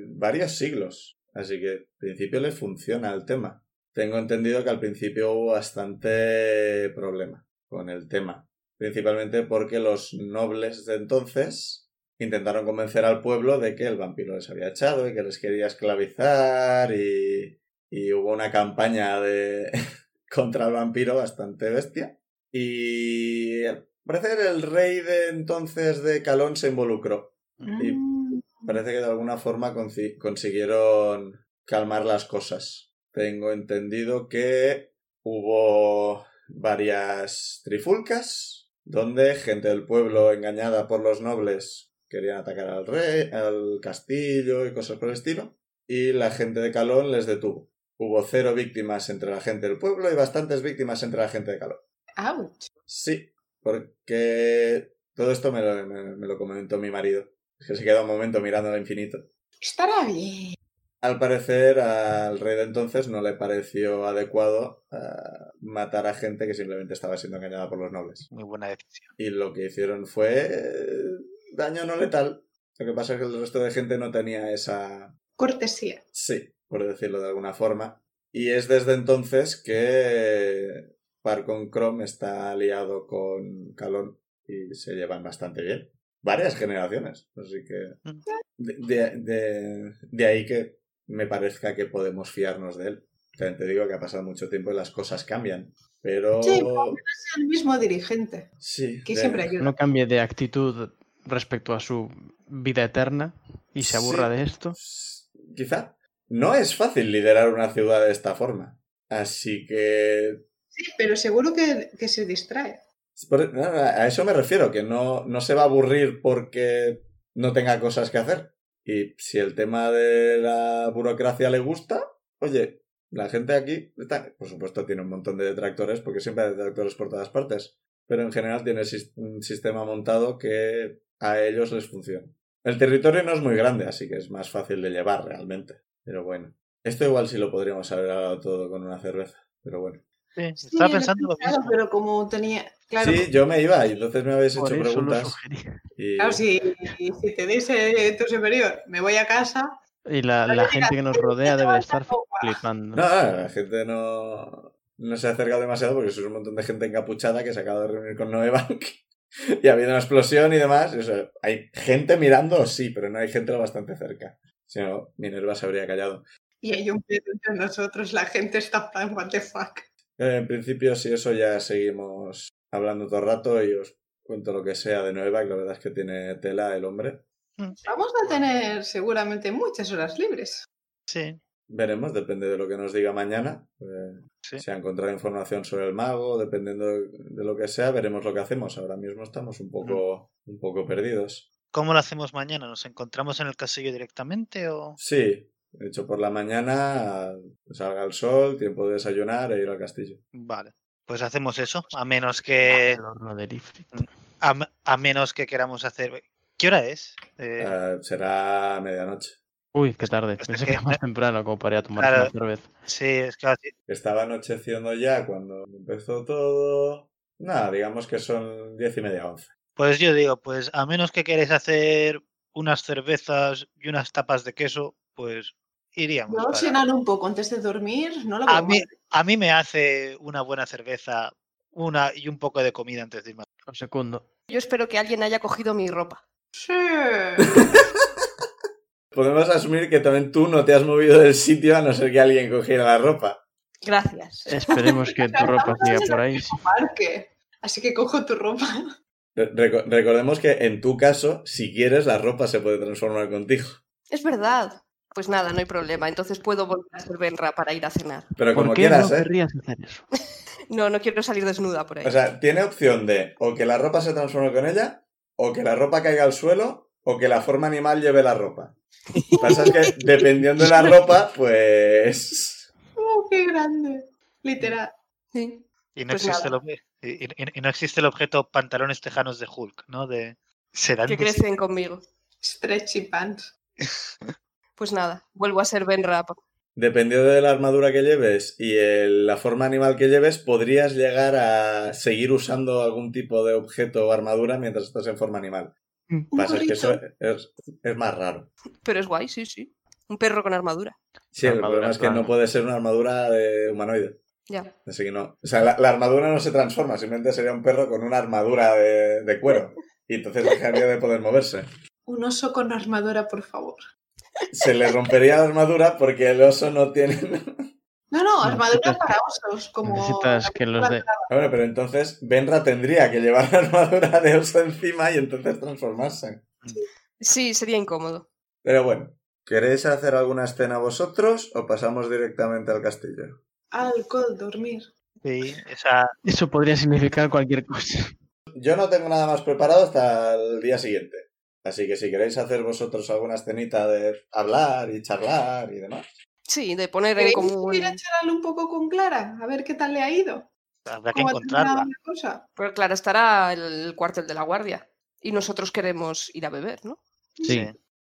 varios siglos, así que al principio le funciona el tema. Tengo entendido que al principio hubo bastante problema con el tema, principalmente porque los nobles de entonces intentaron convencer al pueblo de que el vampiro les había echado y que les quería esclavizar y, y hubo una campaña de contra el vampiro bastante bestia y Parece que el rey de entonces de Calón se involucró. Y
Mm.
parece que de alguna forma conci- consiguieron calmar las cosas. Tengo entendido que hubo varias trifulcas donde gente del pueblo engañada por los nobles querían atacar al rey, al castillo y cosas por el estilo. Y la gente de Calón les detuvo. Hubo cero víctimas entre la gente del pueblo y bastantes víctimas entre la gente de Calón.
Ouch.
Sí, porque todo esto me lo, me, me lo comentó mi marido. Es que se queda un momento mirando al infinito.
Estará bien.
Al parecer, al rey de entonces no le pareció adecuado ah, matar a gente que simplemente estaba siendo engañada por los nobles.
Muy buena decisión.
Y lo que hicieron fue eh, daño no letal. Lo que pasa es que el resto de gente no tenía esa,
Cortesía.
Sí, por decirlo de alguna forma. Y es desde entonces que Parcon Chrome está aliado con Calón y se llevan bastante bien. Varias generaciones. Así que.
Mm.
De, de- de- de ahí que me parezca que podemos fiarnos de él. También te digo que ha pasado mucho tiempo y las cosas cambian. Pero.
Sí, Es el mismo dirigente,
Sí,
que
de-
siempre ayuda.
No cambie de actitud respecto a su vida eterna y se aburra
Sí.
de esto.
Quizá. No es fácil liderar una ciudad de esta forma. Así que
Sí, pero seguro que, que se distrae.
Por- no, no, a eso me refiero, que no, no se va a aburrir porque no tenga cosas que hacer. Y si el tema de la burocracia le gusta, oye, la gente aquí, está- por supuesto, tiene un montón de detractores, porque siempre hay detractores por todas partes, pero en general tiene sis- un sistema montado que a ellos les funciona. El territorio no es muy grande, así que es más fácil de llevar realmente. Pero bueno, esto igual sí lo podríamos haber hablado todo con una cerveza, pero bueno.
Sí,
Sí,
estaba
yo lo he
pensando lo
pensado,
mismo.
Pero como tenía. Claro,
Sí, yo me iba y entonces me habéis
Por
hecho
eso lo
preguntas.
sugerí.
Y...
claro, si, si te dice tu superior, me voy a casa.
Y la,
No
la
le
gente que nos rodea debe de estar flipando.
No, no, la gente no, no se ha acercado demasiado porque es un montón de gente encapuchada que se acaba de reunir con Noebank y ha habido una explosión y demás. y, o sea, hay gente mirando, sí, pero no hay gente lo bastante cerca. Si no, Minerva se habría callado.
Y hay un pedo entre nosotros, la gente está en plan, what the fuck.
Eh, En principio, si eso ya seguimos hablando todo el rato y os cuento lo que sea de Noebank. La verdad es que tiene tela el hombre.
Mm.
Vamos a tener seguramente muchas horas libres.
Sí,
Veremos, depende de lo que nos diga mañana. eh,
Sí.
Si ha encontrado información sobre el mago, dependiendo de de lo que sea, veremos lo que hacemos. Ahora mismo estamos un poco, un poco perdidos.
¿Cómo lo hacemos mañana? ¿Nos encontramos en el casillo directamente o...?
Sí, de hecho por la mañana salga el sol, tiempo de desayunar e ir al castillo.
Vale, pues hacemos eso, a menos que...
El horno de Ifrit.
A, m- a menos que queramos hacer... ¿Qué hora es? Eh,
Eh, será medianoche.
Uy, qué tarde.
Hasta
Pensé
que-
que era más temprano como para ir a tomar
Claro.
una cerveza.
Sí, es que así-
Estaba anocheciendo ya cuando empezó todo. Nada, digamos que son diez y media once.
Pues yo digo, pues a menos que queréis hacer unas cervezas y unas tapas de queso, pues iríamos.
Yo
para-
cenar un poco antes de dormir, no lo veo
A mí,
mal.
a mí me hace una buena cerveza una y un poco de comida antes de irme.
Un segundo.
Yo espero que alguien haya cogido mi ropa.
Sí.
Podemos asumir que también tú no te has movido del sitio a no ser que alguien cogiera la ropa.
Gracias.
Esperemos que tu ropa siga por ahí. sí.
Parque. Así que cojo tu ropa.
Eh, Reco- recordemos que en tu caso, si quieres, la ropa se puede transformar contigo.
Es verdad. Pues nada, no hay problema. Entonces puedo volver a ser Benra para ir a cenar.
Pero como
¿Por qué
quieras,
no
¿eh?
querrías hacer eso?
No, no quiero salir desnuda por ahí.
O sea, tiene opción de o que la ropa se transforme con ella, o que la ropa caiga al suelo, o que la forma animal lleve la ropa. Lo que pasa es que dependiendo de la ropa, pues...
Oh, qué grande. Literal.
Sí.
Y no,
Pues
existe, el, obje- y, y- y no existe el objeto pantalones tejanos de Hulk, ¿no? De, serán
Que
de-
crecen conmigo.
Stretchy pants.
Pues nada, vuelvo a ser Benra.
Dependiendo de la armadura que lleves y el- la forma animal que lleves, podrías llegar a seguir usando algún tipo de objeto o armadura mientras estás en forma animal. Lo que
Un
Pasa es que eso
gorrito.
es, es más raro.
Pero es guay, sí, sí. Un perro con armadura.
Sí, el
Armadura
problema es que
plana.
no puede ser una armadura de humanoide.
Ya.
Así que no. O sea, la, la armadura no se transforma, simplemente sería un perro con una armadura de, de cuero. Y entonces dejaría de poder moverse.
Un oso con armadura, por favor.
Se le rompería la armadura porque el oso no tiene.
No, no, armadura
Necesitas-
para osos. Como
Necesitas que los de...
Ah, bueno, pero entonces Benra tendría que llevar la armadura de oso encima y entonces transformarse.
Sí, sería incómodo.
Pero bueno, ¿queréis hacer alguna escena vosotros o pasamos directamente al castillo?
Alcohol, dormir.
Sí, o sea,
Eso podría significar cualquier cosa.
Yo no tengo nada más preparado hasta el día siguiente. Así que si queréis hacer vosotros alguna escenita de hablar y charlar y demás.
Sí, de poner en
¿Queréis
común.
ir a charlar un poco con Clara? A ver qué tal le ha ido.
habrá que
¿Cómo ha terminado
encontrarla.
la cosa?
Pero pues claro, estará el cuartel de la guardia. Y nosotros queremos ir a beber, ¿no?
Sí.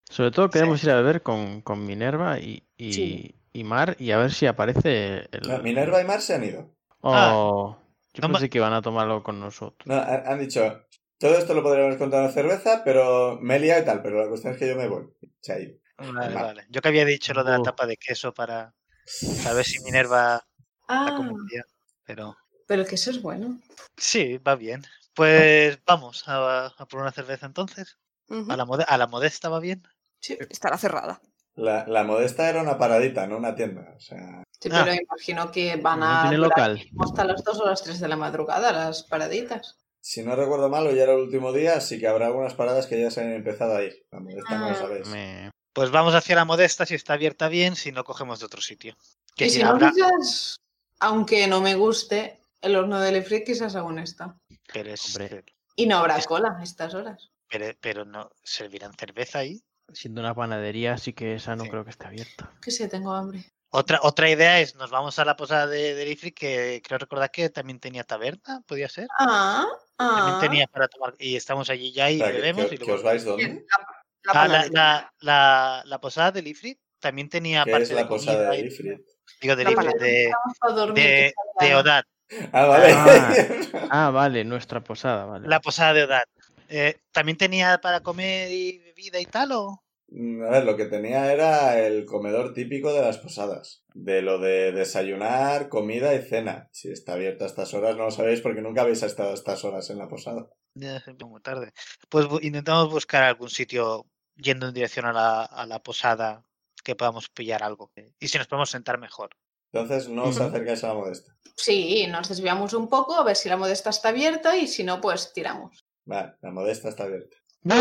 Sobre todo queremos ir a beber con, con Minerva y, y,
Sí.
y Mar y a ver si aparece el...
No, Ah, Minerva y Mar se han ido.
Oh, yo
no ma-
pensé que iban a tomarlo con nosotros.
No, ha- han dicho, todo esto lo podríamos contar en cerveza, pero me he liado y tal, pero la cuestión es que yo me voy. Se ha ido.
Vale,
Va.
vale. Yo que había dicho lo de la
Oh.
tapa de queso para saber si Minerva la
Ah,
comería, pero...
pero que eso es bueno.
Sí, va bien. Pues vamos a, a por una cerveza entonces.
Ujú.
A la, mode- a la modesta va bien.
Sí, sí,
Estará cerrada.
La, la modesta era una paradita, no una tienda. O sea,
Ah.
pero imagino que van
No
a
tiene
durar
local.
hasta las 2 o las 3 de la madrugada las paraditas.
si no recuerdo mal, hoy era el último día, así que habrá algunas paradas que ya se han empezado a ir. La modesta no lo
Ah.
sabéis.
Me-
Pues vamos hacia la modesta si está abierta bien, si no cogemos de otro sitio. Que
y
si
si no,
habrá-
quizás, aunque no me guste, el horno de Lefrit quizás aún está.
pero, es-
Hombre.
Y no habrá cola a estas horas.
pero- pero no servirán cerveza ahí.
Siendo una panadería, así que esa no
Sí.
creo que esté abierta.
Que sí, tengo hambre.
Otra, otra idea es, nos vamos a la posada de, de Ifrit, que creo recordar que también tenía taberna, podía ser.
Ah, ah.
También tenía para tomar, y estamos allí ya y
O sea, que-
bebemos.
que-
y
que
luego-
os vais
Bien,
dónde?
la- la
Ah, la,
panadería.
la- la- la posada de Ifrit también tenía
¿Qué
parte
es la
de comida
posada de
y-
Ifrit?
Digo, de
La
Ifrit, de,
Vamos a dormir,
de,
que
de
salga.
Odad.
Ah, vale.
Ah. Ah, vale, nuestra posada, vale.
La posada de Odad. Eh, ¿También tenía para comer y bebida y tal o...?
Mm, A ver, lo que tenía era el comedor típico de las posadas. De lo de desayunar, comida y cena. Si está abierto a estas horas, no lo sabéis porque nunca habéis estado a estas horas en la posada.
Ya se hizo muy tarde. Pues bu- intentamos buscar algún sitio yendo en dirección a la, a la posada que podamos pillar algo. eh, Y si nos podemos sentar mejor.
Entonces no os
Ujú.
acercáis a la modesta.
Sí, nos desviamos un poco a ver si la modesta está abierta y si no, pues tiramos.
Vale, la modesta está abierta.
¡No!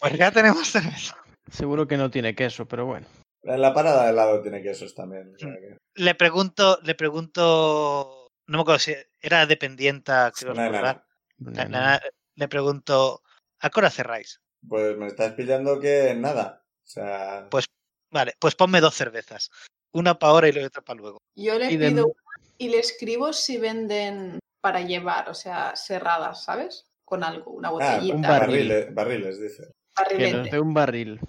Pues ya tenemos cerveza.
Seguro que no tiene queso, pero bueno.
En la parada de lado tiene quesos también. o sea que-
Le pregunto, le pregunto, no me acuerdo si era dependienta, creo
Una enana.
recordar.
Una
La
enana.
enana- le pregunto, ¿a qué hora cerráis?
Pues me estás pillando que nada. O sea, ah,
Pues- Vale, pues ponme dos cervezas. Una para ahora y la otra para luego.
Yo le
Y de-
pido una y le escribo si venden para llevar, o sea, cerradas, ¿sabes? Con algo, una
ah,
botellita,
un barril.
barriles, barriles, dice.
Que nos
barrilete.
dé un barril.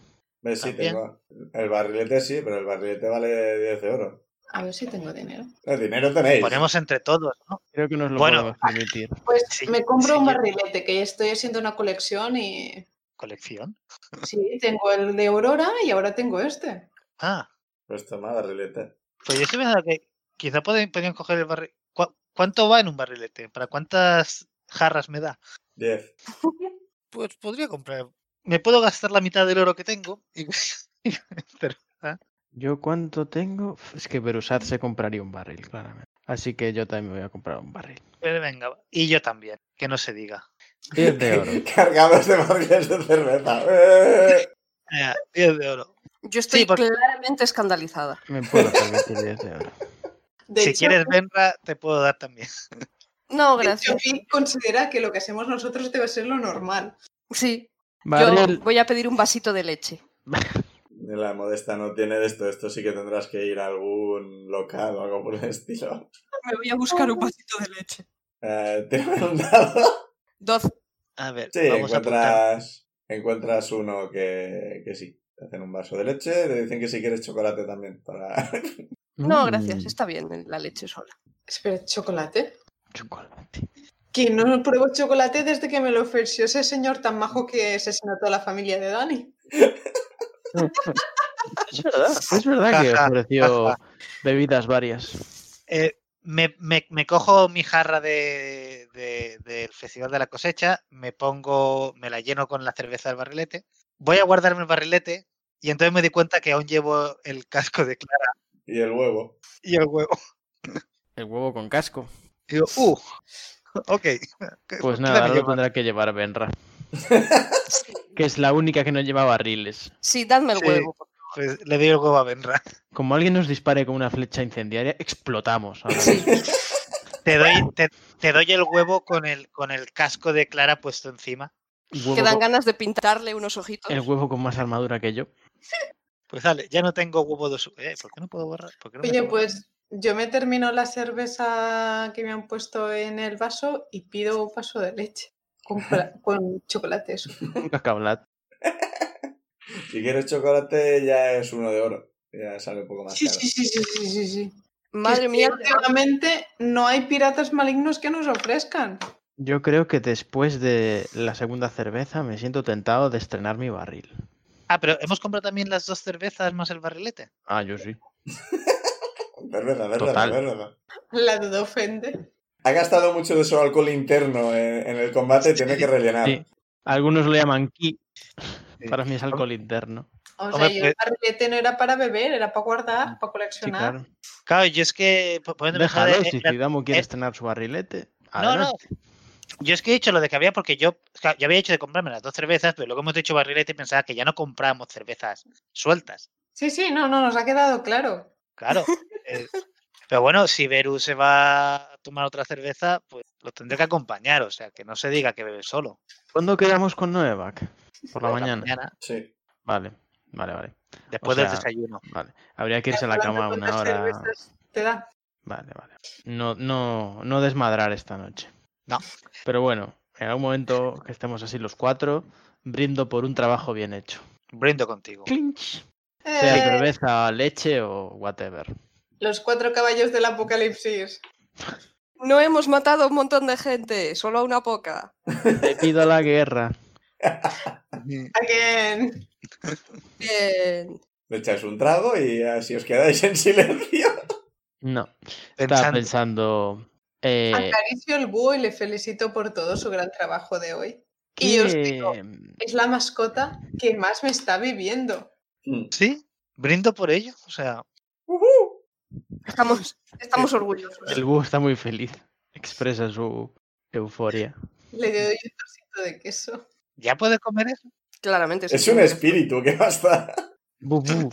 Ves, sí,
También.
tengo- El barrilete sí, pero el barrilete vale 10 de oro.
A ver si tengo dinero.
El dinero tenéis.
Ponemos entre todos, ¿no?
Creo que nos lo
Bueno.
podemos permitir.
Pues
Sí,
me compro
sí,
un
yo-
barrilete, que estoy haciendo una colección y
Colección.
sí, tengo el de Aurora y ahora tengo este.
Ah,
Pues toma, barrilete.
Pues yo estoy pensando que quizá pueden- podrían coger el barril. ¿Cu- ¿Cuánto va en un barrilete? ¿Para cuántas jarras me da?
10.
Pues podría comprar. Me puedo gastar la mitad del oro que tengo. y- y- pero-
¿Yo cuánto tengo? Uf, Es que Berusat se compraría un barril, claramente. Así que yo también me voy a comprar un barril.
pero venga, va. y yo también, que no se diga.
10 de oro.
Cargados de barriles de cerveza. ¡Eh!
Eh, 10 de oro.
Yo estoy
porque-
claramente escandalizada.
Me puedo permitir 10 de oro.
De
si
hecho,
quieres Benra, te puedo dar también.
No,
de hecho,
gracias.
Vic considera que lo que hacemos nosotros debe ser lo normal.
Sí, yo
Barril.
voy a pedir un vasito de leche.
La modesta no tiene de esto. Esto sí que tendrás que ir a algún local o algo por el estilo.
Me voy a buscar un vasito de leche.
Eh, tírame un dado.
Doce.
A ver,
Sí,
vamos a apuntar.
encuentras, encuentras uno que, que sí. Te hacen un vaso de leche. Te dicen que si quieres chocolate también. Para...
No,
Mm,
gracias, está bien la leche sola.
Espera, ¿chocolate?
Chocolate.
Que no pruebo chocolate desde que me lo ofreció ese señor tan majo que asesinó a toda la familia de Dani.
Es verdad, es verdad que
Jaja,
ofreció bebidas varias.
Eh, me, me- me cojo mi jarra de, de- del Festival de la Cosecha, me pongo, me la lleno con la cerveza del barrilete, voy a guardarme el barrilete y entonces me di cuenta que aún llevo el casco de Clara
Y el huevo.
y el huevo.
El huevo con casco.
Y digo, uh, ok.
Pues
Queda
nada, ahora lo
medio mal.
tendrá que llevar Benra. Que es la única que no lleva barriles.
Sí, dadme el
Sí.
huevo. por favor.
Pues le doy el huevo a Benra.
Como alguien nos dispare con una flecha incendiaria, explotamos. ahora mismo.
Te doy, te, te doy el huevo con el, con el casco de Clara puesto encima.
Huevo
Quedan
con-
ganas de pintarle unos ojitos.
pues el huevo con más armadura que yo.
Pues dale, ya no tengo huevo de su... Eh, ¿Por qué no puedo borrar? ¿Por qué no me
Oye,
deja borrar?
pues yo me termino la cerveza que me han puesto en el vaso y pido un vaso de leche con, chocolate chocolates.
Un cacaolat.
Si quieres chocolate ya es uno de oro. Ya sale un poco más
Sí,
caro.
sí, sí, sí, sí, sí, sí.
Madre
Que
mía,
Últimamente no hay piratas malignos que nos ofrezcan.
Yo creo que después de la segunda cerveza me siento tentado de estrenar mi barril.
Ah, pero hemos comprado también las dos cervezas más el barrilete.
Ah, yo sí.
Cerveza, cerveza,
Total.
cerveza.
La duda ofende.
Ha gastado mucho de su alcohol interno eh, en, en el combate y tiene que rellenar.
Sí. Algunos lo llaman ki.
Sí.
Para mí es alcohol interno.
O sea,
Hombre,
yo
pues-
el barrilete no era para beber, era para guardar,
Sí,
para coleccionar.
claro.
Claro, yo es que... po- poniéndome en
Déjalo,
jade-
si
en la-
Zidamo quiere
eh,
estrenar su barrilete.
No, no.
adelante.
Yo es que he dicho lo de que había porque yo, claro, yo había hecho de comprarme las dos cervezas, pero luego hemos dicho barrilete y pensaba que ya no compramos cervezas sueltas.
Sí, sí, no, no, nos ha quedado claro.
Claro. eh, pero bueno, si Beru se va a tomar otra cerveza, pues lo tendré que acompañar, o sea, que no se diga que bebe solo.
¿Cuándo quedamos con Noevac? Por la mañana.
Sí.
Vale, vale, vale.
Después del
sea,
desayuno.
Vale. Habría que irse a la cama
¿Cuántas
una hora.
cervezas Te da.
Vale, vale. No, no, no desmadrar esta noche.
No.
Pero bueno, en algún momento que estemos así los cuatro, brindo por un trabajo bien hecho.
Brindo contigo.
Clinch. Sea
Eh,
cerveza, leche o whatever.
los cuatro caballos del apocalipsis.
No hemos matado a un montón de gente, solo a una poca.
Te pido la guerra.
¿A quién?
Bien.
Le echáis un trago y así os quedáis en silencio.
No, estaba
Pensando.
pensando. eh,
Acaricio el búho y le felicito por todo su gran trabajo de hoy. Y os digo,
que-
es la mascota que más me está viviendo.
Sí, brindo por ello. O sea,
Estamos, estamos orgullosos.
El búho está muy feliz. Expresa su euforia.
Le doy un trocito de queso.
¿ya puedes comer eso?
Claramente. sí.
Es un espíritu que basta.
Bu, bu.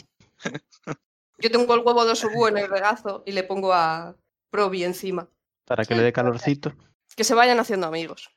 Yo tengo el huevo de Osubu en el regazo y le pongo a Probi encima.
Para que le dé calorcito.
Que se vayan haciendo amigos.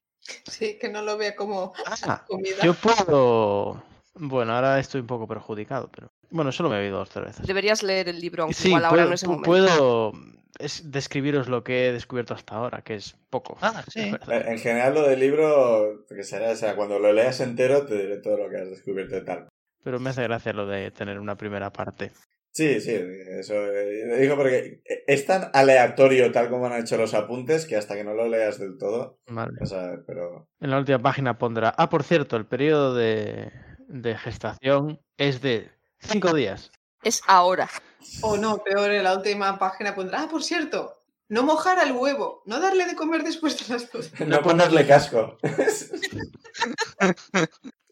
Sí, que no lo vea como
Ah,
comida.
yo puedo. Bueno, ahora estoy un poco perjudicado, pero. Bueno, solo me he bebido dos cervezas.
Deberías leer el libro, aunque
Sí,
igual ahora
puedo,
no es el
pu-
momento.
puedo, es- describiros lo que he descubierto hasta ahora, que es poco.
Ah, sí.
la verdad.
En general, lo del libro, que será, o sea, cuando lo leas entero, te diré todo lo que has descubierto y tal.
Pero me hace gracia lo de tener una primera parte.
Sí, sí, eso eh, lo digo porque es tan aleatorio tal como han hecho los apuntes que hasta que no lo leas del todo,
Vale.
o sea, pero
En la última página pondrá, ah, por cierto, el periodo de, de gestación es de cinco días.
Es ahora.
O Oh, no, peor, en la última página pondrá, ah, por cierto, no mojar al huevo, no darle de comer después de las dos.
no ponerle casco.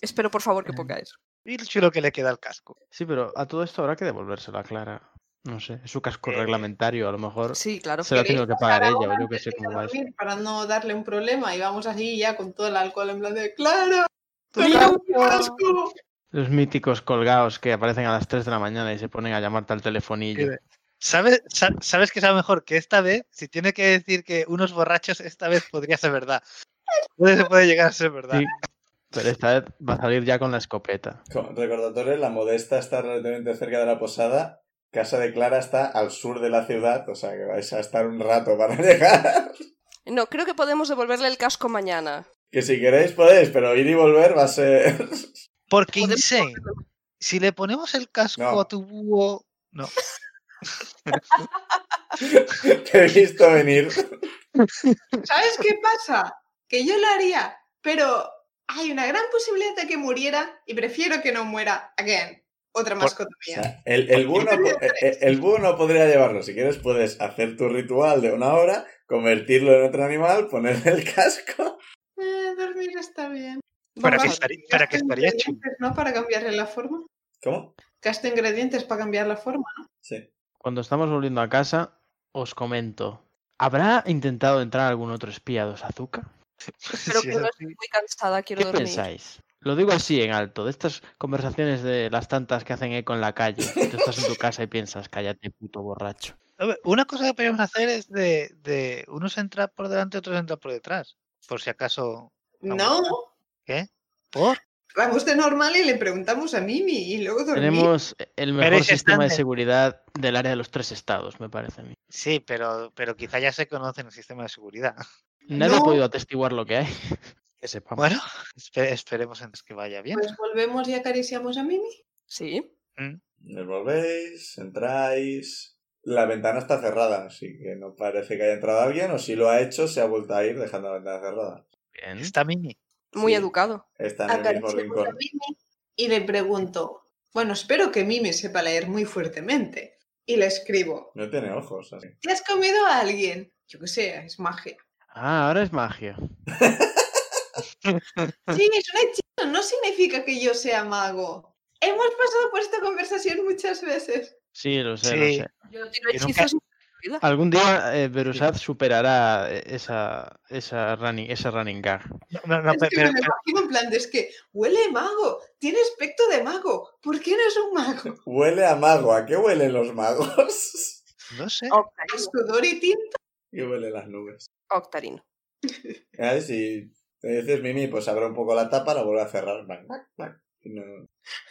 Espero, por favor,
Eh,
que ponga eso.
Y el chulo que le queda al casco.
Sí, pero a todo esto habrá que devolvérselo a Clara. No sé, es su casco
Eh,
reglamentario, a lo mejor
Sí, claro.
se lo ha
queréis
tenido que pagar ella,
ahora
o yo que
antes
sé
de ir a
cómo va eso.
dormir Para no darle un problema y vamos así ya con todo el alcohol en plan de, claro,
Tu
mira un
casco".
casco".
Los míticos colgados que aparecen a las 3 de la mañana y se ponen a llamarte al telefonillo.
Mira. ¿Sabes, sa- sabes que sabe mejor que esta vez, si tiene que decir que unos borrachos, esta vez podría ser verdad. Puede, puede llegar a ser verdad.
Sí, pero esta vez va a salir ya con la escopeta.
Como Recordatorio, la modesta está relativamente cerca de la posada, Casa de Clara está al sur de la ciudad, o sea, que vais a estar un rato para llegar.
No, creo que podemos devolverle el casco mañana.
Que si queréis podéis, pero ir y volver va a ser...
Porque
Podemos
Insane, si le ponemos el casco
No.
a tu búho, no.
Te he visto venir.
¿Sabes qué pasa? Que yo lo haría, pero hay una gran posibilidad de que muriera y prefiero que no muera. Again, otra
Por-
mascota mía.
El, el, búho no, po- el- el búho no podría llevarlo. Si quieres, puedes hacer tu ritual de una hora, convertirlo en otro animal, poner el casco.
Eh, dormir está bien.
Para
Vamos
que
a-
estaría, para que
Gasta
estaría chulo.
ingredientes, ¿no? Para cambiarle la forma.
¿Cómo?
Gasta ingredientes para cambiar la forma.
Sí.
Cuando estamos volviendo a casa, os comento. ¿Habrá intentado entrar algún otro espía de Azuka?
Pero
pues, Sí,
que
es
no
así.
estoy muy cansada, quiero
¿Qué
dormir.
pensáis? Lo digo así en alto, de estas conversaciones de las tantas que hacen eco en la calle. y Tú estás en tu casa y piensas, cállate, puto borracho.
A ver, Una cosa que podemos hacer es de, de unos entrar por delante, otros entrar por detrás. Por si acaso.
No,
¿Por?
vamos de normal y le preguntamos a Mimi y luego dormir.
Tenemos el mejor
eres
sistema de
estándar.
seguridad del área de los tres estados, me parece a mí.
Sí, pero, pero quizá ya se conocen el sistema de seguridad.
Nadie ha
No.
podido atestiguar lo que hay. Que sepamos.
Bueno, espe- esperemos entonces que vaya bien.
Pues volvemos y acariciamos a Mimi.
Sí.
Nos volvéis, entráis. La ventana está cerrada, así que no parece que haya entrado alguien, o si lo ha hecho, se ha vuelto a ir dejando la ventana cerrada.
Bien.
Está Mimi.
Muy
Sí.
educado.
Está
Ah,
en el mismo
Acariciamos a
rincón.
Mimi y le pregunto, bueno, espero que Mimi sepa leer muy fuertemente. Y le escribo,
No tiene ojos, así.
¿te has comido a alguien? Yo qué sé, es magia.
Ah, ahora es magia.
Ah.
Sí, es un hechizo, no significa que yo sea mago. Hemos pasado por esta conversación muchas veces.
Sí, lo sé,
Sí.
lo sé.
Yo tiro
Que nunca-
hechizos. y-
Algún día eh, Berusad superará eh, esa, esa running, ese running gag.
No, no, no,
es
pe-
que
pero-
me lo
pero-
imagino en plan de, es que huele mago, tiene aspecto de mago. ¿Por qué no es un mago?
Huele a mago. ¿A qué huelen los magos?
no sé.
A
Octarino.
sudor y tinta.
¿Qué huelen las nubes?
Octarino.
Ah, Si te dices Mimi, pues abre un poco la tapa, la vuelve a cerrar. Bang, bang, bang. No.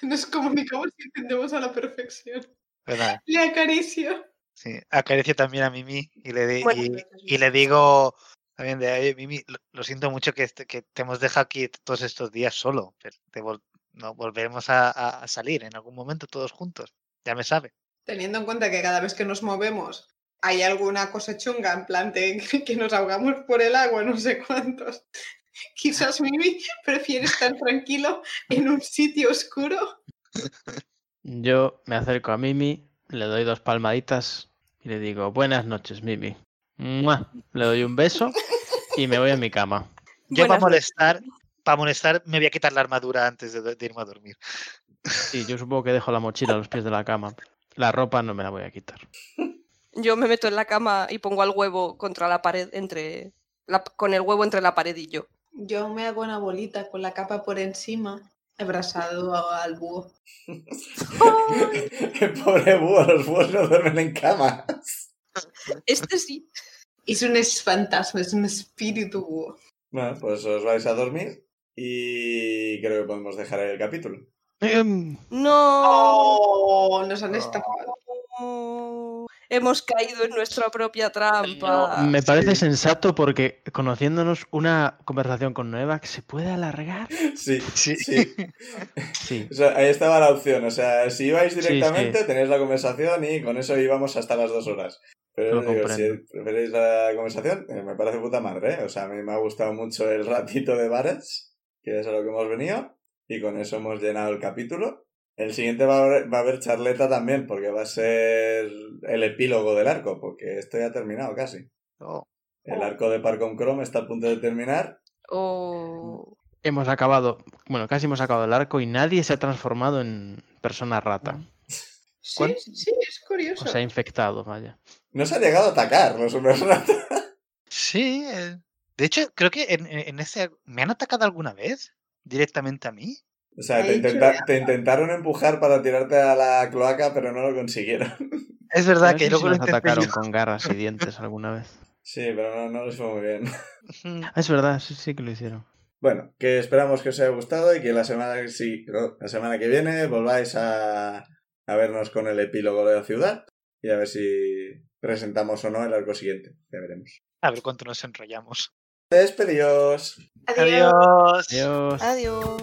Nos comunicamos y entendemos a la perfección.
Pues nada,
Le acaricio.
sí. Acaricio también a Mimi y le, di-
Bueno,
eh,
pues
y- y le digo también de, "Oye, Mimi, lo, lo siento mucho que, este- que te hemos dejado aquí todos estos días solo, pero te vol- no, volveremos a, a- a salir en algún momento todos juntos. Ya me sabe.
Teniendo en cuenta que cada vez que nos movemos hay alguna cosa chunga, en plan de que nos ahogamos por el agua, no sé cuántos. Quizás Mimi prefiere estar tranquilo en un sitio oscuro.
Yo me acerco a Mimi, le doy dos palmaditas y le digo, buenas noches, Mimi. ¡Mua! Le doy un beso y me voy a mi cama.
Yo para
Buenas noches.
molestar, para molestar, me voy a quitar la armadura antes de, do- de irme a dormir.
Sí, yo supongo que dejo la mochila a los pies de la cama. La ropa no me la voy a quitar.
Yo me meto en la cama y pongo al huevo contra la pared entre. la- con el huevo entre la pared y yo.
Yo me hago una bolita con la capa por encima, abrazado a- al búho.
Pobre búho, los búhos no duermen en cama.
Este sí.
Es un es- fantasma, es un espíritu búho.
Bueno, pues os vais a dormir y creo que podemos dejar ahí el capítulo.
Em,
No.
¡Oh! Nos han estafado.
Hemos caído en nuestra propia trampa.
Me parece
sí.
sensato porque conociéndonos una conversación con Nueva que se puede alargar.
Sí,
Sí.
sí.
Sí.
O sea, ahí estaba la opción. O sea, si ibais
Sí,
directamente, tenéis la conversación y con eso íbamos hasta las dos horas. Pero
Lo
digo, si
comprendo.
preferís la conversación, eh, me parece puta madre. ¿eh? O sea, a mí me ha gustado mucho el ratito de bares, que es a lo que hemos venido. Y con eso hemos llenado el capítulo. El siguiente va a haber, va a haber charleta también, porque va a ser el epílogo del arco, porque esto ya ha terminado casi.
Oh,
El arco de Parcom Chrome está a punto de terminar.
Oh.
Hemos acabado, bueno, casi hemos acabado el arco y nadie se ha transformado en persona rata.
Sí,
¿Cuán-
sí, es curioso.
O se ha infectado, vaya.
No se ha llegado a atacar los superratas.
sí. eh, De hecho, creo que en, en- en ese. ¿Me han atacado alguna vez? Directamente a mí.
O sea,
He
te,
dicho
intenta-
ya.
te intentaron empujar para tirarte a la cloaca, pero no lo consiguieron.
Es verdad
No
que
sé
luego
si
lo
nos
intenté
atacaron
yo.
con garras y dientes alguna vez.
Sí, pero no, no les fue muy bien.
Ujú.
Ah, es verdad, sí, sí que lo hicieron.
Bueno, que esperamos que os haya gustado y que la semana que, sí, no, la semana que viene volváis a, a vernos con el epílogo de la ciudad y a ver si presentamos o no el arco siguiente. Ya veremos.
A ver cuánto nos enrollamos.
Despedidos.
Adiós.
Adiós.
Adiós.